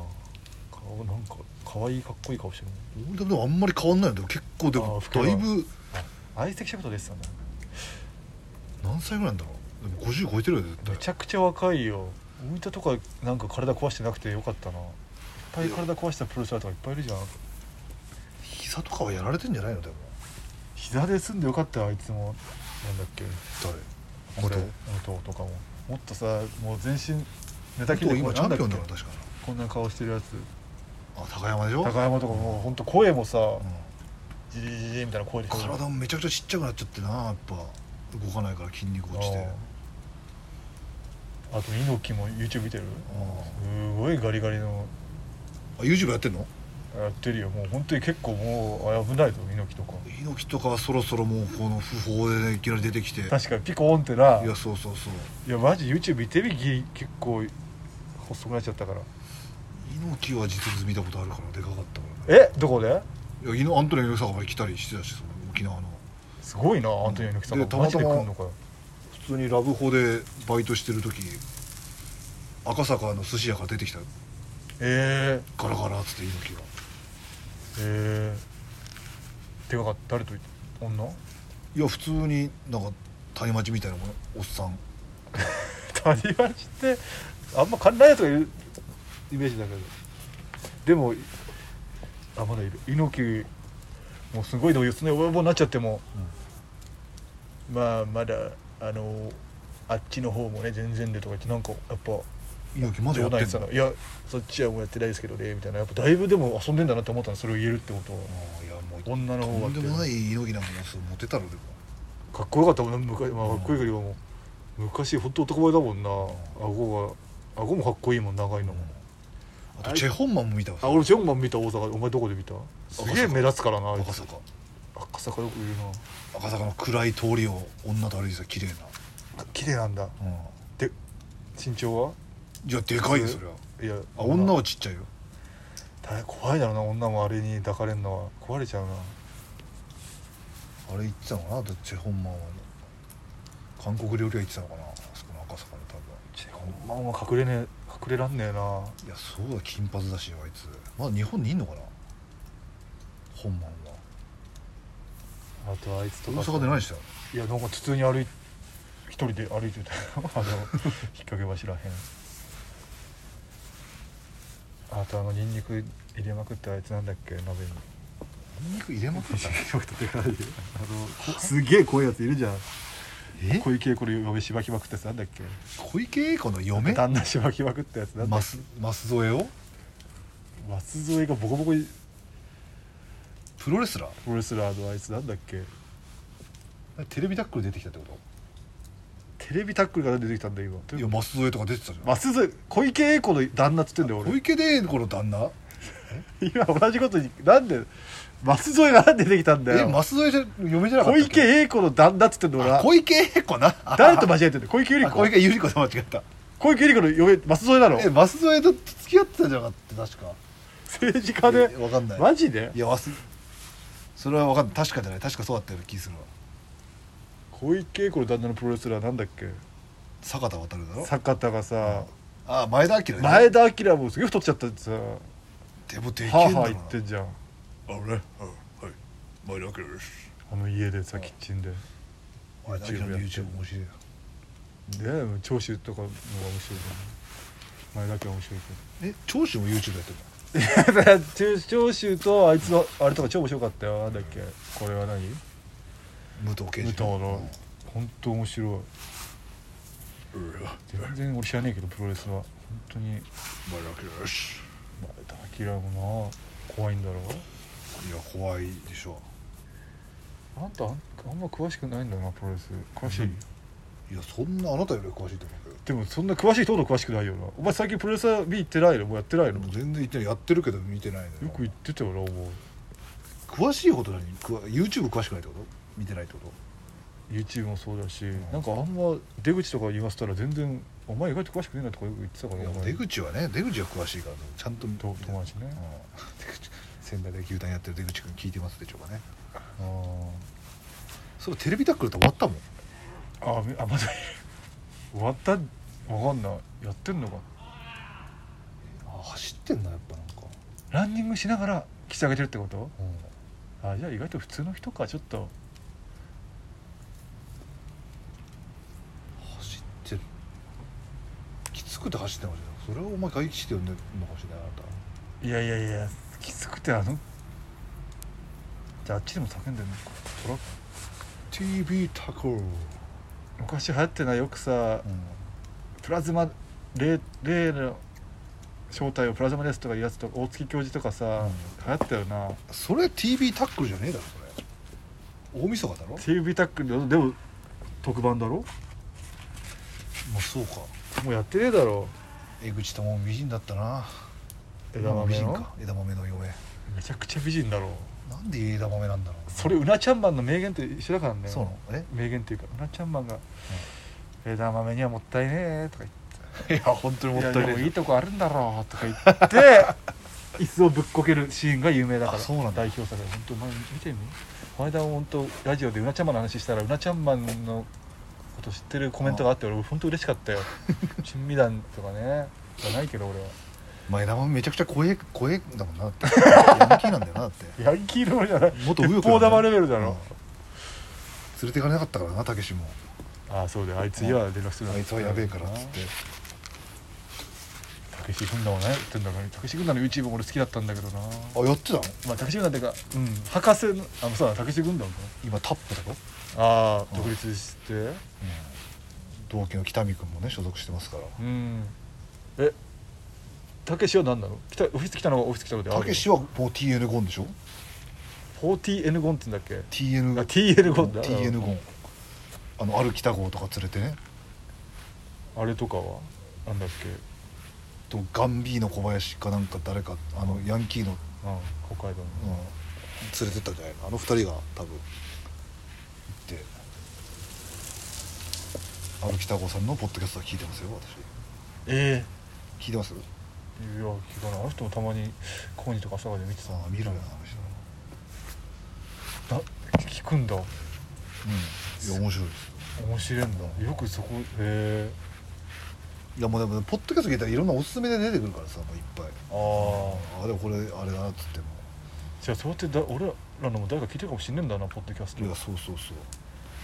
Speaker 2: 顔なんか可愛いかっこいい顔してるもん
Speaker 1: 大仁田でもあんまり変わんないんだよ結構で
Speaker 2: あ
Speaker 1: も
Speaker 2: ー
Speaker 1: だ
Speaker 2: 老けはい
Speaker 1: ぶ
Speaker 2: 相席シェフと出てたんだ
Speaker 1: 何歳ぐらいなんだろうでも50超えてるよ絶対
Speaker 2: めちゃくちゃ若いよ大分とかなんか体壊してなくてよかったないっぱい体壊したプロレスラーとかいっぱいいるじゃん
Speaker 1: 膝とかはやられてんじゃないのでも
Speaker 2: 膝で済んでよかったよあいつもなんだっけ
Speaker 1: 誰
Speaker 2: これ
Speaker 1: 元
Speaker 2: 武藤とかももっとさもう全身寝たきり
Speaker 1: 元
Speaker 2: こ
Speaker 1: 今
Speaker 2: う
Speaker 1: チャンピオンだ
Speaker 2: な
Speaker 1: から
Speaker 2: んだっ
Speaker 1: 確か
Speaker 2: けこんな顔してるやつ
Speaker 1: なあ高山でしょ
Speaker 2: 高山とかもうほんと声もさ、
Speaker 1: う
Speaker 2: ジリジリジリみたいな声で
Speaker 1: ん体もめちゃくちゃちっちゃくなっちゃってなやっぱ動かないから筋肉落ちて
Speaker 2: あーあと猪木も YouTube 見てるすごいガリガリの
Speaker 1: あ YouTube やってんの
Speaker 2: やってるよもう本当に結構もうあ危ないぞ猪木とか
Speaker 1: 猪木とかはそろそろもうこの不法でねいきなり出てきていや
Speaker 2: 確かにピコーンってないや
Speaker 1: そうそうそう
Speaker 2: マジ YouTube 見てみぎ結構細くなっちゃったから
Speaker 1: 猪木は実物見たことあるからでかかったからね
Speaker 2: えどこで
Speaker 1: いや猪アントニオ猪木さんが来たりしてたしその沖縄の
Speaker 2: すごいなアントニオ猪木さん
Speaker 1: で
Speaker 2: が
Speaker 1: たま
Speaker 2: マ
Speaker 1: た
Speaker 2: ジ
Speaker 1: ま
Speaker 2: で来んのかよ
Speaker 1: 普通にラブホでバイトしてる時赤坂の寿司屋から出てきた
Speaker 2: えー、
Speaker 1: ガラガラっつって猪木が
Speaker 2: えー、でかかった誰と女 <laughs>
Speaker 1: いや普通になんか谷町みたいなものおっさん
Speaker 2: 谷町ってあんま関連ないやつがいるイメージだけどでもあまだいる猪木もうすごいのよその親棒になっちゃっても、まあまだあのあっちの方もね全然でとか言ってなんかやっぱ
Speaker 1: 猪木まだや
Speaker 2: 冗
Speaker 1: っ
Speaker 2: 談
Speaker 1: てん
Speaker 2: 言ってた
Speaker 1: の
Speaker 2: のいやそっちはもうやってないですけどねみたいなやっぱだいぶでも遊んでんだなって思ったのそれを言えるってことは
Speaker 1: あーいやもう
Speaker 2: 女の方は
Speaker 1: と
Speaker 2: っ
Speaker 1: ん
Speaker 2: て
Speaker 1: でもない猪木なんかもうすぐモテたろでも
Speaker 2: かっこよかったもんな昔、まあ、かっこいいけどもう昔本当男前だもんな顎が顎もかっこいいもん長いのも、
Speaker 1: あとチェ・ホンマンも見たわ
Speaker 2: あ俺ジョンマン見た大阪お前どこで見たすげえ目立つからなあいつ
Speaker 1: 赤坂
Speaker 2: 赤坂よく言う
Speaker 1: 赤坂の暗い通りを女と歩いてた綺麗な、
Speaker 2: な綺麗なんだ
Speaker 1: う
Speaker 2: で身長は
Speaker 1: ん、いやでかいよそりゃ
Speaker 2: いや
Speaker 1: あ女はちっちゃいよ
Speaker 2: 大変怖いだろうな女もあれに抱かれんのは壊れちゃうな
Speaker 1: あれ行ってたのかなだってチェ・ホンマンは韓国料理屋行ってたのかなあそこの赤坂の多分
Speaker 2: チェまあまあ隠れねえ隠れらんねえない
Speaker 1: やそうだ金髪だしよあいつまだ日本にいんのかな本マンは
Speaker 2: あとあいつと
Speaker 1: 大
Speaker 2: か
Speaker 1: 阪で何したの
Speaker 2: いやなんか普通に歩い一人で歩いて <laughs> たよあの引っ掛け柱へんあとあのニンニク入れまくってあいつなんだっけ鍋 <laughs> に
Speaker 1: ニンニク入れまくったの
Speaker 2: あのこすげえ怖いやついるじゃん
Speaker 1: え
Speaker 2: 小池栄子の嫁しばきまくったやつなんだっけ
Speaker 1: 小池栄子の嫁
Speaker 2: 旦那しばきまくったやつなんだっ
Speaker 1: マスマス添えを
Speaker 2: け松添がボコボコに
Speaker 1: プロレスラー
Speaker 2: プロレスラーのあいつなんだっけ
Speaker 1: テレビタックル出てきたってこ
Speaker 2: テレビタックルから出てきたんだ今
Speaker 1: といやマス添えとか出てたじゃん
Speaker 2: 松添小池栄子の旦那っつってんだよ俺
Speaker 1: 小池栄子の旦那
Speaker 2: 今同じことになんで松添がなんで出てきたんだ
Speaker 1: え
Speaker 2: よ
Speaker 1: マス添えじゃ嫁じゃなかっ
Speaker 2: 小
Speaker 1: たっ
Speaker 2: 池
Speaker 1: け
Speaker 2: 栄子の旦那っつってんの俺
Speaker 1: あ
Speaker 2: は
Speaker 1: 小池栄子な
Speaker 2: 誰と間違えてんの小池百
Speaker 1: あ
Speaker 2: 合
Speaker 1: 小
Speaker 2: 子
Speaker 1: 池百合子と間違った
Speaker 2: 小池百合子の嫁松添なの
Speaker 1: えマス添えと付き合ってたじゃなかった確か
Speaker 2: 政治家で
Speaker 1: えわかんない
Speaker 2: マジで
Speaker 1: いやマスそれはわかんない確かじゃない確かそうだったような気するわ
Speaker 2: 小池栄子の旦那のプロレスラーなんだっけ
Speaker 1: 坂田渡るだろ
Speaker 2: 坂田がさ
Speaker 1: あ前田明ね
Speaker 2: 前田明もすげえ太っちゃったってさは
Speaker 1: でもできん
Speaker 2: あ
Speaker 1: だろうな
Speaker 2: はあ言ってんじゃん
Speaker 1: あ俺はい前田明です
Speaker 2: あの家でさ
Speaker 1: うん
Speaker 2: キッチンでね
Speaker 1: 前田明の YouTube 面白いよ
Speaker 2: え長州とかのが面白いけど前だけは面白いけど
Speaker 1: え長州も YouTube やってるの <laughs>
Speaker 2: 長長州とあいつのあれとか超面白かったよなんだっけこれは何
Speaker 1: 武藤
Speaker 2: 武
Speaker 1: 敬
Speaker 2: 藤
Speaker 1: 司
Speaker 2: の本当面白い
Speaker 1: うん俺は
Speaker 2: 全然俺知らねえけどプロレスは本当に
Speaker 1: 前田明です
Speaker 2: 前田明もな怖いんだろ
Speaker 1: いや怖いでしょ
Speaker 2: あんたあんあんま詳しくないんだよなプロレス詳しい、
Speaker 1: うんいやそんなあなたより詳しいと思うけど
Speaker 2: でもそんな詳しいとほど詳しくないよなお前最近プロレスは見行ってないのもうやってないの、
Speaker 1: もう
Speaker 2: よ
Speaker 1: 全然言ってないやってるけど見てないのよ
Speaker 2: く言ってたよなもう
Speaker 1: 詳しいことなのにくわ YouTube 詳しくないってこと見てないってこと
Speaker 2: YouTube もそうだし、
Speaker 1: ん
Speaker 2: なんかあんま出口とか言わせたら全然お前意外と詳しくねえなとかよく言ってたから
Speaker 1: いや
Speaker 2: お前
Speaker 1: 出口はね出口は詳しいからちゃんと見て
Speaker 2: と友達ね、
Speaker 1: うん <laughs> 出口仙台で牛タンやってる出口君聞いてますでしょうかね
Speaker 2: あー
Speaker 1: そうテレビタックルって終わったもん
Speaker 2: あみあまだいる <laughs> 終わったわかんないやってんのか
Speaker 1: あ走ってんなやっぱなんか、
Speaker 2: ランニングしながら着上げてるってこと
Speaker 1: うん
Speaker 2: あじゃあ意外と普通の人かちょっと
Speaker 1: 走ってるきつくて走ってましたよそれをお前外気して呼んでるのかもしれないあなた
Speaker 2: いやいやいやきつくてあのじゃああっちでも叫んでんのかトラック
Speaker 1: TV タコ、うん、
Speaker 2: 昔流行ってないよくさプラズマ例例の正体をプラズマですとかいうやつとか大月教授とかさ、
Speaker 1: うん
Speaker 2: 流行ったよな
Speaker 1: それ TV タックルじゃねえだろそれ大晦日だろ
Speaker 2: TV タックルでも特番だろ
Speaker 1: まあそうか
Speaker 2: もうやってねえだろ
Speaker 1: 江口智美人だったな
Speaker 2: 枝豆
Speaker 1: 美人
Speaker 2: の
Speaker 1: か枝豆の嫁
Speaker 2: めちゃくちゃ美人だろ
Speaker 1: なんで枝豆なんだろう
Speaker 2: それうなちゃんマンの名言と一緒だからね
Speaker 1: そうなのえ
Speaker 2: 名言っていうかうなちゃんマンが「枝豆にはもったいねえ」とか
Speaker 1: いや本当に
Speaker 2: 言
Speaker 1: も
Speaker 2: って「
Speaker 1: った
Speaker 2: いや
Speaker 1: い
Speaker 2: でも
Speaker 1: ね
Speaker 2: いいとこあるんだろ」とか言って <laughs> 椅子をぶっこけるシーンが有名だから
Speaker 1: あそうなんだ
Speaker 2: 代表作で本当前見てみこの間本当ラジオでうなちゃんマンの話したらうなちゃんマンのこと知ってるコメントがあって俺本当嬉しか <laughs> ったよ珍味団とかねじゃないけど俺は
Speaker 1: まあ枝豆めちゃくちゃ怖え怖えんだもんなだってヤ
Speaker 2: <laughs>
Speaker 1: ンキーなんだよなだって
Speaker 2: ヤンキーのじゃない
Speaker 1: 元右
Speaker 2: 鉄
Speaker 1: 翼なん
Speaker 2: 砲
Speaker 1: だよ
Speaker 2: 玉レベルだ
Speaker 1: うん
Speaker 2: ろ、
Speaker 1: 連れていかれなかったからなたけしも
Speaker 2: ああそうだよあいつ家は連絡するな
Speaker 1: あいつはやべえからっつって
Speaker 2: たけし軍団はねやってんだからたけし軍団の YouTube 俺好きだったんだけどな
Speaker 1: あやってたの
Speaker 2: まあたけし軍団っていうかうん博士のあのさたけし軍団か
Speaker 1: 今タップだろ、
Speaker 2: ああ
Speaker 1: うん
Speaker 2: 独立して
Speaker 1: 同期の北見君もね所属してますから
Speaker 2: うんえたけしは何なの北オフィス来たのがオフィス来たのである
Speaker 1: たけしはもう TN ゴンでしょ
Speaker 2: 40N ゴンって言うんだっけ
Speaker 1: TN
Speaker 2: あ TN ゴンだ
Speaker 1: TN ゴンあの歩きた号とか連れてね
Speaker 2: あれとかはなんだっけ
Speaker 1: とガンビーの小林かなんか誰かあのヤンキーの、うん、
Speaker 2: あ北海道の
Speaker 1: 連れてったんじゃないのあの二人が多分行って歩きた号さんのポッドキャストは聞いてますよ私
Speaker 2: え
Speaker 1: 聞いてます
Speaker 2: えいや聞かないあの人もたまにコーニーとか朝霞で見てた
Speaker 1: ああ見るなあの人
Speaker 2: な聞くんだ
Speaker 1: うんいや面白いです
Speaker 2: 面白いんだよくそこへえ
Speaker 1: いやもうでもポッドキャスト聞いたらいろんなおすすめで出てくるからさもういっぱい
Speaker 2: あ
Speaker 1: あでもこれあれだなっつっても
Speaker 2: じゃあそうやってだ俺らのも誰か聞いてるかもしんねえんだなポッドキャスト
Speaker 1: いやそうそうそう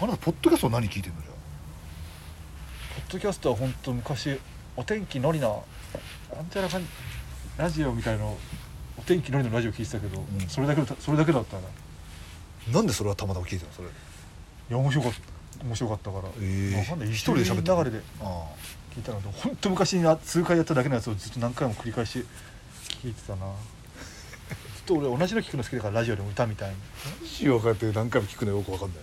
Speaker 1: あなたポッドキャスト何聞いてんのじゃ
Speaker 2: ポッドキャストは本当昔お天気のりのなんちゃらかんラジオみたいなお天気のりのラジオ聞いてたけど、
Speaker 1: うん
Speaker 2: それだけだそれだけだったな。い
Speaker 1: あなんでそれはたまたま聞いてんのそれ
Speaker 2: や面白かった面白かったから、
Speaker 1: ええ
Speaker 2: わかんない
Speaker 1: 一
Speaker 2: 一
Speaker 1: 人
Speaker 2: 人
Speaker 1: で喋っ
Speaker 2: で喋ってて
Speaker 1: んの
Speaker 2: 流れで
Speaker 1: あ
Speaker 2: 聞いたのと本当昔にな数回やっただけのやつをずっと何回も繰り返し聞いてた
Speaker 1: <laughs>
Speaker 2: な。ずっと俺同じの聞くの好きだからラジオでも歌みたいに。
Speaker 1: あしようかって何回も聞くのよくわかんない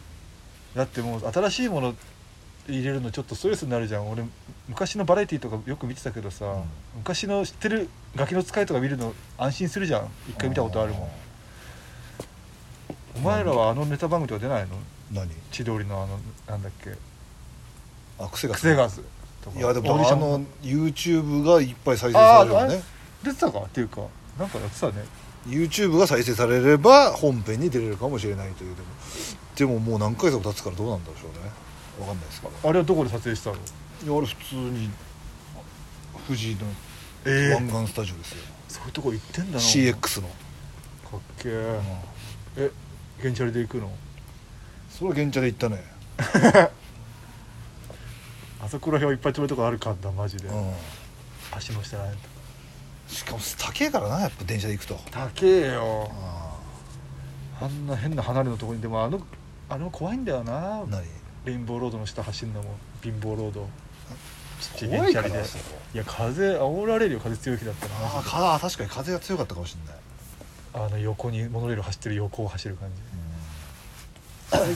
Speaker 2: だってもう新しいもの入れるのちょっとストレスになるじゃん俺昔のバラエティーとかよく見てたけどさ、
Speaker 1: うん
Speaker 2: 昔の知ってる「ガキの使い」とか見るの安心するじゃん一回見たことあるもんお前らはあのネタ番組とか出ないの
Speaker 1: 何
Speaker 2: 千鳥のあのなんだっけ
Speaker 1: あ癖が
Speaker 2: クセガスとか
Speaker 1: いやで
Speaker 2: オーディ
Speaker 1: も
Speaker 2: シ
Speaker 1: あ
Speaker 2: ョン
Speaker 1: の YouTube がいっぱい再生
Speaker 2: あ
Speaker 1: さ
Speaker 2: あ
Speaker 1: れるよ
Speaker 2: あれ
Speaker 1: ね
Speaker 2: 出てたかっていうかなんかやってたね
Speaker 1: YouTube が再生されれば本編に出れるかもしれないというでもでももう何回も経つからどうなんでしょうねわかんないですから
Speaker 2: あれはどこで撮影したの
Speaker 1: いやあれ普通に富士の
Speaker 2: ええ
Speaker 1: 湾岸スタジオですよ、
Speaker 2: そういうとこ行ってんだな
Speaker 1: CX の、
Speaker 2: かっけえ、えゲンチャリで行くの
Speaker 1: それは現茶で行ったね、
Speaker 2: あそこら辺はいっぱい止めるとこあるかんだマジで、
Speaker 1: う
Speaker 2: 足の下らへんとか
Speaker 1: ん、しかも高えからなやっぱ電車で行くと、
Speaker 2: 高えよ
Speaker 1: あ
Speaker 2: あんな変な離れのところにでもあのあの怖いんだよな
Speaker 1: あ何
Speaker 2: レインボーロードの下走るのも貧乏ロードちっちゃい
Speaker 1: 怖
Speaker 2: ゲ
Speaker 1: い
Speaker 2: ン
Speaker 1: か
Speaker 2: チャリで
Speaker 1: らあ
Speaker 2: い
Speaker 1: そこ
Speaker 2: や風煽られるよ風強い日だったら
Speaker 1: ああかあ確かに風が強かったかもしれない、
Speaker 2: あの横にモノレール走ってる横を走る感じ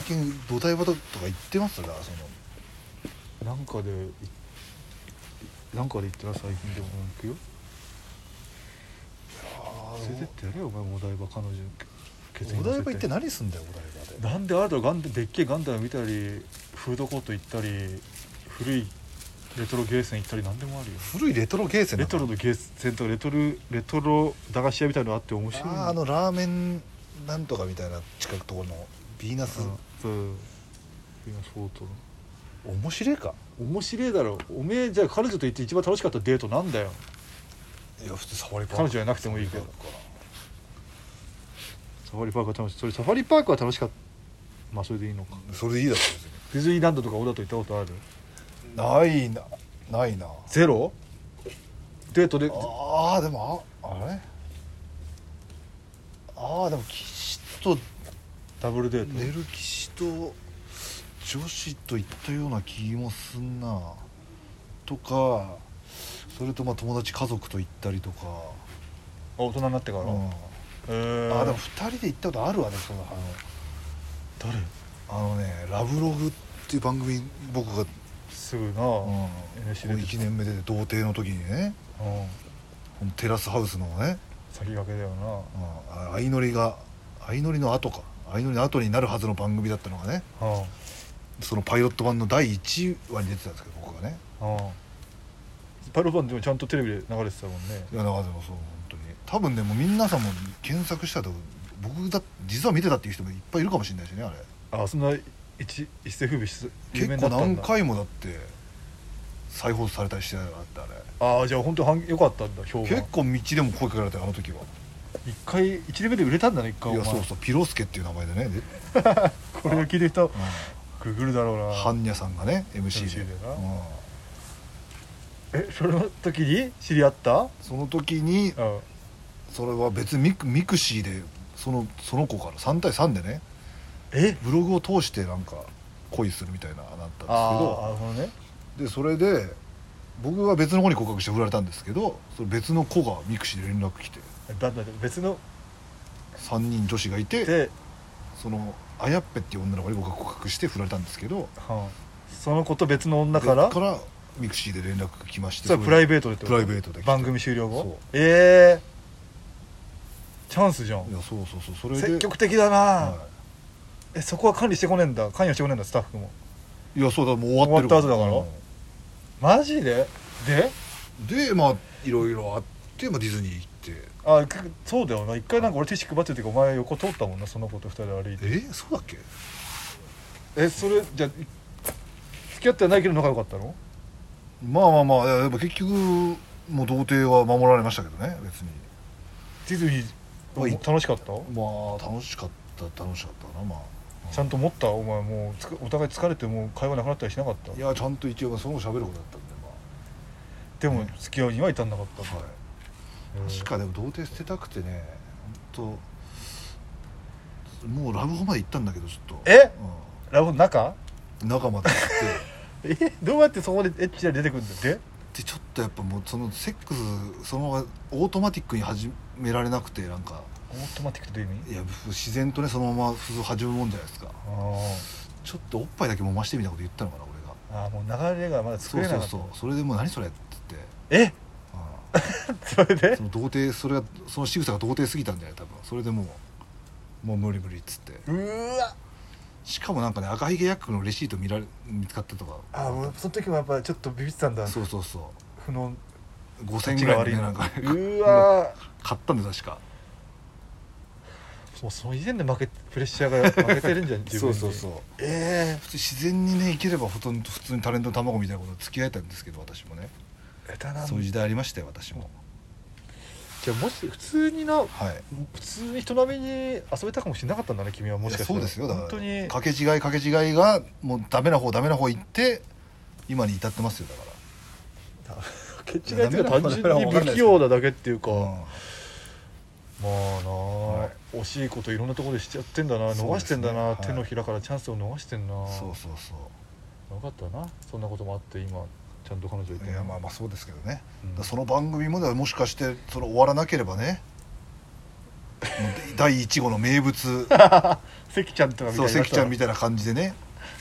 Speaker 1: 最近土台場とか行ってますかその
Speaker 2: なんかでいなんかで行ったら最近でも行くよ
Speaker 1: あ
Speaker 2: 連れてってやれよお前もお台場彼女ケツに
Speaker 1: お
Speaker 2: 乗せ
Speaker 1: 台場行って何すんだよお台場で
Speaker 2: なんであれだろうガンダムでっけえガンダム見たりフードコート行ったり古いレトロゲーセン行ったり何でもあるよ
Speaker 1: 古いレトロゲーセン
Speaker 2: レ
Speaker 1: なんだ
Speaker 2: トロのゲーセンとかレトロレトロ駄菓子屋みたいなのあって面白い
Speaker 1: あああのラーメンなんとかみたいな近くところのヴィーナス、
Speaker 2: うんそうフィナスフォートの
Speaker 1: 面白いか
Speaker 2: 面白いだろおめえじゃあ彼女と行って一番楽しかったデートなんだよ
Speaker 1: いや普通サファリパーク
Speaker 2: 彼女じゃなくてもいいけどサファリパークは楽しいそれサファリパークは楽しかったまあそれでいいのか
Speaker 1: それでいいだろ
Speaker 2: ディズニーランドとかオーダーと行ったことある
Speaker 1: 別にないなないな
Speaker 2: ゼロデートで
Speaker 1: ああでもああれああでも岸と
Speaker 2: ダブルデート
Speaker 1: 寝る岸と女子と行ったような気もすんなとかそれとまあ友達家族と行ったりとか、
Speaker 2: あ大人になってから、
Speaker 1: うん
Speaker 2: へえ
Speaker 1: ああでも2人で行ったことあるわねその
Speaker 2: 誰
Speaker 1: あのあのね「ラブログ」っていう番組僕が、
Speaker 2: す
Speaker 1: うん、
Speaker 2: ぐな、うん
Speaker 1: もう1年目で童貞の時にねこのテラスハウスのね
Speaker 2: 先駆けだ
Speaker 1: う
Speaker 2: よ
Speaker 1: んあ相乗りが相乗りの後か相乗りの後になるはずの番組だったのがね
Speaker 2: なうん
Speaker 1: そのパイロット版の第1話に出てたんですけど僕がね
Speaker 2: うんパイロバンでもちゃんとテレビで流れてたもんね
Speaker 1: いやだからでもそう本当に多分ねもう皆さんも検索したら多分僕だ実は見てたっていう人もいっぱいいるかもしれないしねあれ
Speaker 2: あそんな一一世風靡し有
Speaker 1: 結
Speaker 2: 名にな
Speaker 1: 構
Speaker 2: ったん
Speaker 1: 何
Speaker 2: だ
Speaker 1: 回もだって再放送されたりしてなかったあれ
Speaker 2: ああじゃあ本当はん良かったんだ評判
Speaker 1: 結構道でも声かけられたよあの時は
Speaker 2: 一回一レベルで売れたんだね一回
Speaker 1: い
Speaker 2: お
Speaker 1: や
Speaker 2: 前
Speaker 1: そうそうピロスケっていう名前でねで
Speaker 2: これが聞いてる人ググるだろうな
Speaker 1: ハンニャさんがね MC で
Speaker 2: MC でな
Speaker 1: うん
Speaker 2: えその時に知り合った
Speaker 1: その時に
Speaker 2: うん
Speaker 1: それは別にミクミクシーでそのその子から3対3でね
Speaker 2: え
Speaker 1: ブログを通してなんか恋するみたいななったんですけ
Speaker 2: ああ
Speaker 1: ど
Speaker 2: あのね
Speaker 1: でそれで僕は別の子に告白して振られたんですけどそれ別の子がミクシーで連絡来て
Speaker 2: だって別の
Speaker 1: 3人女子がいて
Speaker 2: で、
Speaker 1: そのあやっぺっていう女の子に僕が告白して振られたんですけど
Speaker 2: うんその子と別の女から
Speaker 1: でからミクシーで連絡来まして
Speaker 2: それはプライベートでってこと
Speaker 1: プライベートで来て
Speaker 2: 番組終了
Speaker 1: そう
Speaker 2: 後ええチャンスじゃ
Speaker 1: い
Speaker 2: ん
Speaker 1: やそうそうそうそれで
Speaker 2: 積極的だな
Speaker 1: は
Speaker 2: えそこは管理してこねえんだ関与してこねえんだスタッフも
Speaker 1: い、いやそうだもう終わってる
Speaker 2: 終わった後だからマジでで
Speaker 1: うんでまあいろいろあって、まあ、ディズニー行って
Speaker 2: あくそうだよな一回なんか俺ティッシュ配ってる時お前横通ったもんなその子と二人で歩いて
Speaker 1: えそうだっけ
Speaker 2: えそれじゃあ付き合ってはないけど仲良かったの
Speaker 1: まあまあまあいややっぱ結局もう童貞は守られましたけどね別に
Speaker 2: ディズニ
Speaker 1: おい
Speaker 2: ー楽しかった
Speaker 1: まあ楽しかった楽しかったなま
Speaker 2: ちゃんと持ったお前もうつくお互い疲れてもう会話なくなったりしなかった
Speaker 1: あいやちゃんと一応その後喋ることだったんでま
Speaker 2: でも付き合いには至んなかった
Speaker 1: あ、はい
Speaker 2: うん
Speaker 1: 確かでも童貞捨てたくてね本当もうラブホまで行ったんだけどちょっと
Speaker 2: えラブホの中
Speaker 1: うん、中まで行って
Speaker 2: えどうやってそこでエッチな出てくるんだって
Speaker 1: <laughs> でちょっとやっぱもうそのセックスそのままオートマティックに始められなくてなんか
Speaker 2: オートマティックってどういう意味
Speaker 1: いや自然とねそのまま普通始めるもんじゃないですか
Speaker 2: あー
Speaker 1: ちょっとおっぱいだけもましてみたいなこと言ったのかな俺が
Speaker 2: あーもう流れがまだ作
Speaker 1: そう
Speaker 2: れな
Speaker 1: そ
Speaker 2: か
Speaker 1: う
Speaker 2: った
Speaker 1: そうそれでもう何それって言ってう
Speaker 2: えそれ
Speaker 1: ん
Speaker 2: で
Speaker 1: その童貞それがその仕草が童貞すぎたんだよ多分それでもうもう無理無理っつって
Speaker 2: うーわ
Speaker 1: しかもなんかね赤ひげ薬のレシート見られ見つかったとか
Speaker 2: あーもうその時もやっぱちょっとビビってたんだ
Speaker 1: そうそうそう
Speaker 2: 不
Speaker 1: <laughs>
Speaker 2: 能
Speaker 1: 5000ぐらいのねなんか
Speaker 2: うーわ
Speaker 1: 買ったんで確か
Speaker 2: ーもうその以前で負けプレッシャーが負けてるんじゃん自分に
Speaker 1: う
Speaker 2: え
Speaker 1: 普通自然にねいければほとんど普通にタレントの卵みたいなこと付き合えたんですけど私もね
Speaker 2: え下手なんだ
Speaker 1: そういう時代ありましたよ私も
Speaker 2: じゃあもし普通にな
Speaker 1: はい
Speaker 2: 普通に人並みに遊べたかもしれなかったんだね君はもしかした
Speaker 1: そ
Speaker 2: ら
Speaker 1: うですよだから
Speaker 2: 本当に
Speaker 1: かけ違いかけ違いがもうダメな方ダメな方行って今に至ってますよだから
Speaker 2: ケチがいっていうか単純に
Speaker 1: ダメな
Speaker 2: 不
Speaker 1: の
Speaker 2: 器用なだけっていうか、
Speaker 1: うん
Speaker 2: まあなあ、
Speaker 1: はい
Speaker 2: 惜しいこといろんなところでしちゃってんだな
Speaker 1: そう
Speaker 2: 逃
Speaker 1: で
Speaker 2: して
Speaker 1: す
Speaker 2: ん
Speaker 1: ね
Speaker 2: だな、
Speaker 1: はい
Speaker 2: 手のひらからチャンスを逃してんな
Speaker 1: そうそうそ
Speaker 2: よかったなそんなこともあって今ちゃんと彼女いて
Speaker 1: ういやまあまあそうですけどね、
Speaker 2: うん
Speaker 1: だからその番組もではもしかしてその終わらなければねもう第1号の名 <laughs> 物
Speaker 2: 関ちゃんとかみ
Speaker 1: そ
Speaker 2: たいうになっ
Speaker 1: 関
Speaker 2: た
Speaker 1: ち
Speaker 2: ら
Speaker 1: ゃんみたいな感じでね、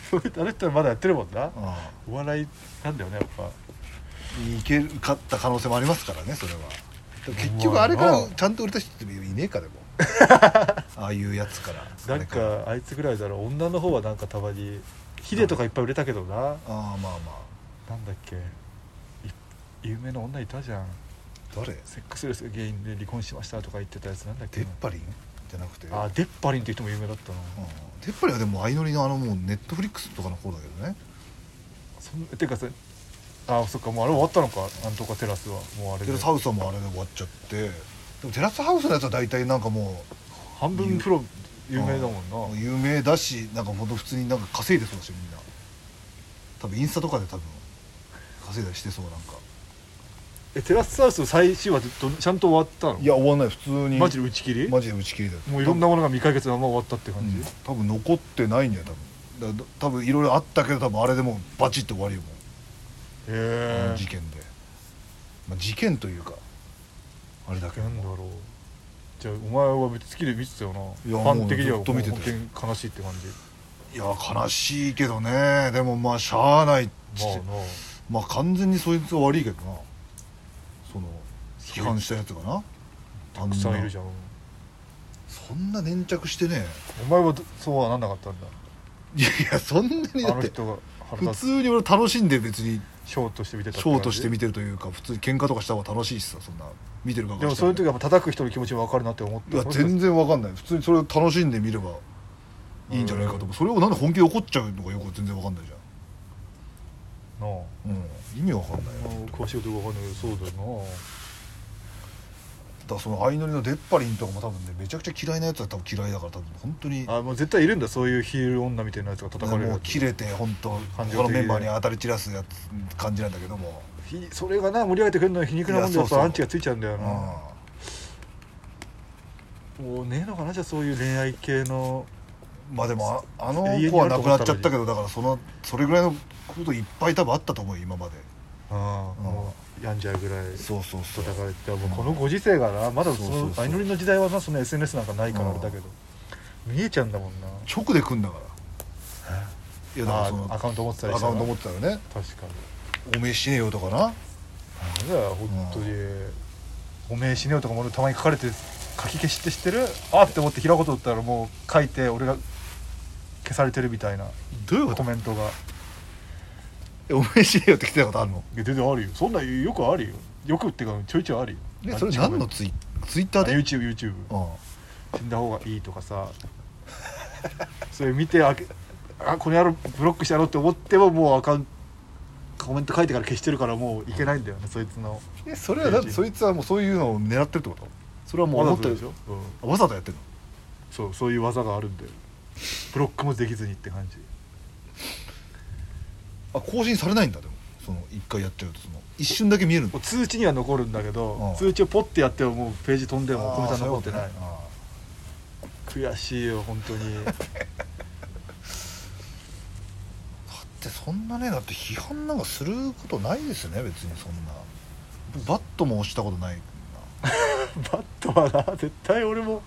Speaker 2: そう <laughs> いうあれってまだやってるもんな
Speaker 1: う
Speaker 2: お笑いなんだよねやっぱ
Speaker 1: ん、いけるかった可能性もありますからねそれはでも結局あれからちゃんと売れた人っていねえ <laughs> かでもああいうやつからあ
Speaker 2: な
Speaker 1: れ
Speaker 2: ん
Speaker 1: から
Speaker 2: かあいつぐらいだろう女の方はなんかたまにヒデとかいっぱい売れたけどな
Speaker 1: ああまあまあ
Speaker 2: なんだっけい有名な女いたじゃん
Speaker 1: 誰
Speaker 2: セックスレスが原因で離婚しましたとか言ってたやつなんだっけ
Speaker 1: 出っ張りんじゃなくて
Speaker 2: あデッパリンっていう人も有名だったな
Speaker 1: うん出っ張りはでも相乗りのあのもうネットフリックスとかの方だけどね
Speaker 2: そんてかさあそっかもうあれ終わったのかなんとかテラスはもうあれ
Speaker 1: テ
Speaker 2: で
Speaker 1: ラスハウスはもうあれで終わっちゃってでもテラスハウスのやつは大体なんかも
Speaker 2: 半分プロ有名だも
Speaker 1: うん
Speaker 2: な
Speaker 1: 有名だしなんかほんと普通になんか稼いでそうだしみんな多分インスタとかで多分稼いだりしてそうなんか
Speaker 2: えテラスハウスの最終話ってどちゃんと終わったの
Speaker 1: いや終わんない普通に
Speaker 2: マジで打ち切り
Speaker 1: マジで打ち切りだよ
Speaker 2: もういろんなものが未解決のまま終わったって
Speaker 1: う
Speaker 2: 感じ、
Speaker 1: ん多分残ってないんだよ多分だだ多分いろいろあったけど多分あれでもうバチッと終わりよもうあ
Speaker 2: へ
Speaker 1: の
Speaker 2: え
Speaker 1: 事件で、まあ、事件というかあれだけど
Speaker 2: なんだろうじゃあお前は別に好きで見てたよない
Speaker 1: や
Speaker 2: ファン的には
Speaker 1: も
Speaker 2: も
Speaker 1: う
Speaker 2: う
Speaker 1: ずっと見
Speaker 2: 本
Speaker 1: てたよ
Speaker 2: 当に悲しいって感じ
Speaker 1: いや悲しいけどねでもまあしゃあないち
Speaker 2: まあな
Speaker 1: まあ完全にそいつは悪いけどなその批判したやつがな
Speaker 2: たくさんいるじ
Speaker 1: ゃん
Speaker 2: ゃん
Speaker 1: そんな粘着してね
Speaker 2: お前はどそうはなんなかったんだ <laughs>
Speaker 1: いやいやそんなに
Speaker 2: あ
Speaker 1: だっ
Speaker 2: の
Speaker 1: て
Speaker 2: 人が腹
Speaker 1: 普
Speaker 2: 立つ
Speaker 1: 通に俺楽しんで別に
Speaker 2: ショーとして見てた
Speaker 1: ショーとして見
Speaker 2: て
Speaker 1: てるというか普通に喧嘩とかした方が楽しいしさそんな見てる側
Speaker 2: で
Speaker 1: から
Speaker 2: も
Speaker 1: した
Speaker 2: そ
Speaker 1: ら
Speaker 2: ういう時はやっぱ叩く人の気持ちも分かるなって思っ
Speaker 1: い
Speaker 2: た
Speaker 1: や全然わかんない普通にそれを楽しんでみればいいんじゃないかと思うそれをなんで本気で怒っちゃうのかよく全然わかんないじ
Speaker 2: なあ
Speaker 1: ゃん、うん、意味わかんないよ
Speaker 2: まあ詳しいことが分かんないけどそうだよ
Speaker 1: だからその相乗りの出っ張りんとかも多分ねめちゃくちゃ嫌いなやつは多分嫌いだから多分本当に
Speaker 2: なあもう絶対いるんだそういうヒール女みたいなやつが叩かれる
Speaker 1: も
Speaker 2: や
Speaker 1: う
Speaker 2: つ
Speaker 1: 切れて本当他
Speaker 2: 感情的で
Speaker 1: のメンバーに当たり散らすやつ感じなんだけども、
Speaker 2: ひそれがな盛り上げてくれるのは皮肉なもん
Speaker 1: い
Speaker 2: で
Speaker 1: やそ
Speaker 2: や
Speaker 1: う
Speaker 2: っ
Speaker 1: そう
Speaker 2: ぱアンチがついちゃうんだよ
Speaker 1: うん
Speaker 2: なもうねえのかなじゃあそういう恋愛系の
Speaker 1: まあでもああの
Speaker 2: 永遠に
Speaker 1: 子は
Speaker 2: や
Speaker 1: な
Speaker 2: る
Speaker 1: く
Speaker 2: と思
Speaker 1: な
Speaker 2: っ
Speaker 1: っち
Speaker 2: た
Speaker 1: ゃ
Speaker 2: の
Speaker 1: っ
Speaker 2: に
Speaker 1: たけどだからそのそれぐらいのこといっぱい多分あったと思うよ今まで
Speaker 2: うんもう病んじゃうぐらい
Speaker 1: そうそうそう
Speaker 2: 叩かれてもうこのご時世がなまだそ
Speaker 1: そうそう
Speaker 2: の
Speaker 1: そう
Speaker 2: 相乗りの時代はなその SNS なんかないから
Speaker 1: う
Speaker 2: あ
Speaker 1: ん
Speaker 2: れだけど見えちゃうんだもんな
Speaker 1: 直で来んだからいやだからその
Speaker 2: あアカウント持ってたり
Speaker 1: ア
Speaker 2: した
Speaker 1: カ
Speaker 2: ら
Speaker 1: ウント持ってたらね
Speaker 2: 確かに
Speaker 1: おめえしねえよとかな
Speaker 2: じゃあ本当に「おめえ死ねよ」とかも俺たまに書かれて書き消しって知ってるあーって思って開こうと思ったらもう書いて俺が消されてるみたいな
Speaker 1: どういう
Speaker 2: コメントが
Speaker 1: えおめえしねえよって来てたことあるの
Speaker 2: いや全然あるよそんなんよくあるよよくっていうかちょいちょいあるよ
Speaker 1: ねそれ何のツイツイッターで
Speaker 2: YouTubeYouTube
Speaker 1: うん
Speaker 2: 死んだ方がいいとかさ <laughs> それ見てあけあこの野郎ブロックしてやろうって思ってももうアカウンコメント書いてから消してるからもういけないんだよねそいつの
Speaker 1: えそれはだってそいつはもうそういうのを狙ってるってことそれはもう思ってるでしょ
Speaker 2: うん
Speaker 1: わざとやってるの
Speaker 2: そうそういう技があるんだよブロックもできずにって感じ
Speaker 1: あ更新されないんだでもその一回やってるとその一瞬だけ見えるんだ
Speaker 2: もう通知には残るんだけど、
Speaker 1: うん
Speaker 2: 通知をポッてやってももうページ飛んでもコメントは残ってない
Speaker 1: あーそううことねあ
Speaker 2: 悔しいよ本当
Speaker 1: <laughs>
Speaker 2: に
Speaker 1: ーだってそんなねだって批判なんかすることないですよね別にそんなバットも押したことないな
Speaker 2: バットはな絶対俺も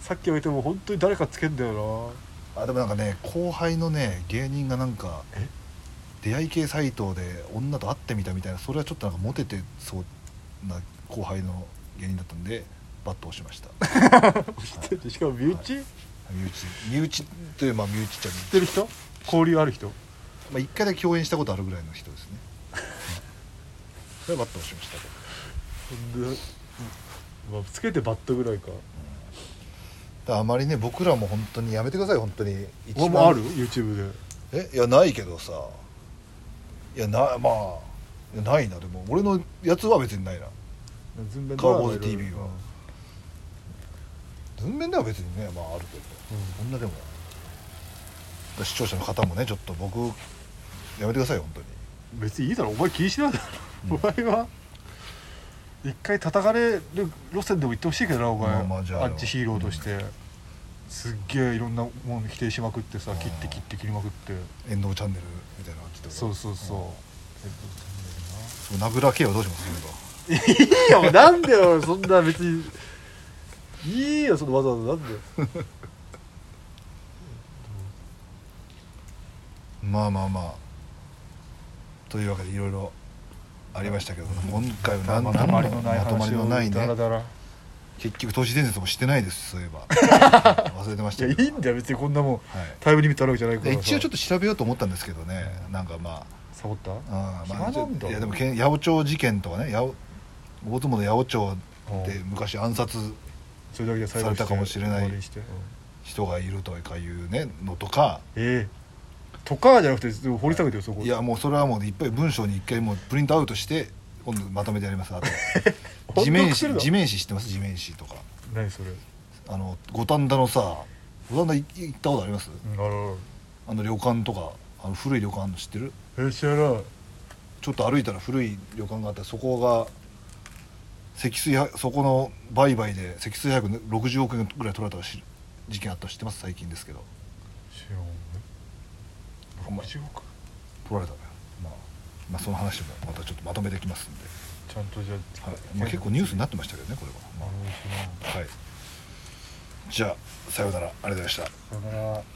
Speaker 2: さっき言われても本当に誰かつけんだよ
Speaker 1: あでもなんかね後輩のね芸人がなんか
Speaker 2: え
Speaker 1: 出会い系サイトで女と会ってみたみたいなそれはちょっとなんかモテてそうな後輩の芸人だったんでバット押しま
Speaker 2: <laughs>
Speaker 1: した
Speaker 2: なしかも身内、知っ
Speaker 1: 身内身内というまあ身内っちゃ身内
Speaker 2: てる人交流ある人
Speaker 1: まあ、一回だけ共演したことあるぐらいの人ですね <laughs> それはバット押しましたけど
Speaker 2: ほんでまあつけてバットぐらいか
Speaker 1: だからあまりね僕らも本当にやめてください本当に一
Speaker 2: 俺もある YouTube で
Speaker 1: えいやないけどさいやなまあいやないなでも俺のやつは別にないな
Speaker 2: ズンベン
Speaker 1: カ
Speaker 2: ドラ
Speaker 1: ー
Speaker 2: マ
Speaker 1: ボ
Speaker 2: い
Speaker 1: ー
Speaker 2: ろ
Speaker 1: イ
Speaker 2: いろ
Speaker 1: TV は文面では別にねまああるけど、
Speaker 2: う
Speaker 1: こんなでも視聴者の方もねちょっと僕やめてください本当に
Speaker 2: うん別にいいだろお前気にしないだろ、
Speaker 1: うん
Speaker 2: お前は一回叩かれる路線でも行ってほしいけどなお前、
Speaker 1: まあまあじゃあ
Speaker 2: アンチヒーローとして、すっげえいろんなもん否定しまくってさ切って切って切りまくって
Speaker 1: 遠藤チャンネルみたいなのちょっと
Speaker 2: そうそうそう、
Speaker 1: そう名倉圭はどうします今
Speaker 2: いいよなんでよそんな別にいいよそのわざわざなんで
Speaker 1: まあまあまあというわけでいろいろありましたけど今回は何
Speaker 2: ま
Speaker 1: の
Speaker 2: とまりのない
Speaker 1: まとまり
Speaker 2: 話
Speaker 1: の
Speaker 2: を
Speaker 1: ない
Speaker 2: だら
Speaker 1: ね
Speaker 2: だら
Speaker 1: 結局都市伝説もしてないですそういえ
Speaker 2: <laughs>
Speaker 1: ば忘れてまし
Speaker 2: いや
Speaker 1: た
Speaker 2: い
Speaker 1: けど
Speaker 2: いんだよ別にこんなもん
Speaker 1: はい
Speaker 2: タイムリミットあるわけじゃないか
Speaker 1: で
Speaker 2: らさ
Speaker 1: 一応ちょっと調べようと思ったんですけどねなんかま
Speaker 2: サボった
Speaker 1: あ、うんまあ、
Speaker 2: 暇なんだ
Speaker 1: いやでもけん八百長事件とかね八百大相撲の八百長で昔暗殺
Speaker 2: それだけで最後にし
Speaker 1: さ
Speaker 2: て
Speaker 1: れたかもしれない
Speaker 2: 終わりにしてうん
Speaker 1: 人がいるとかいうねのとか
Speaker 2: ええとかじゃなくて掘り下げてよそこ
Speaker 1: いやもうそれはもういっぱい文章に一回もうプリントアウトして今度まとめてやり <laughs> ますあと地面師地
Speaker 2: 面
Speaker 1: 面師知ってます地面師とか
Speaker 2: 何それ
Speaker 1: あの五反田のさ五反田い行ったことあります
Speaker 2: うんあら
Speaker 1: あの旅館とかあの古い旅館あるの知ってる
Speaker 2: らえ知らない
Speaker 1: ちょっと歩いたら古い旅館があってそこが積水はそこの売買で積水百60億円ぐらい取られたし事件あったの知ってます最近ですけど
Speaker 2: 知らん
Speaker 1: お前
Speaker 2: 60億
Speaker 1: 取られたのよ、まあ、まあその話もまたちょっとまとめてきますんで、
Speaker 2: ちゃんとじゃあ
Speaker 1: はいまあ、結構ニュースになってましたけどねこれは、
Speaker 2: なるほど
Speaker 1: はいじゃあさようならありがとうございました
Speaker 2: さよなら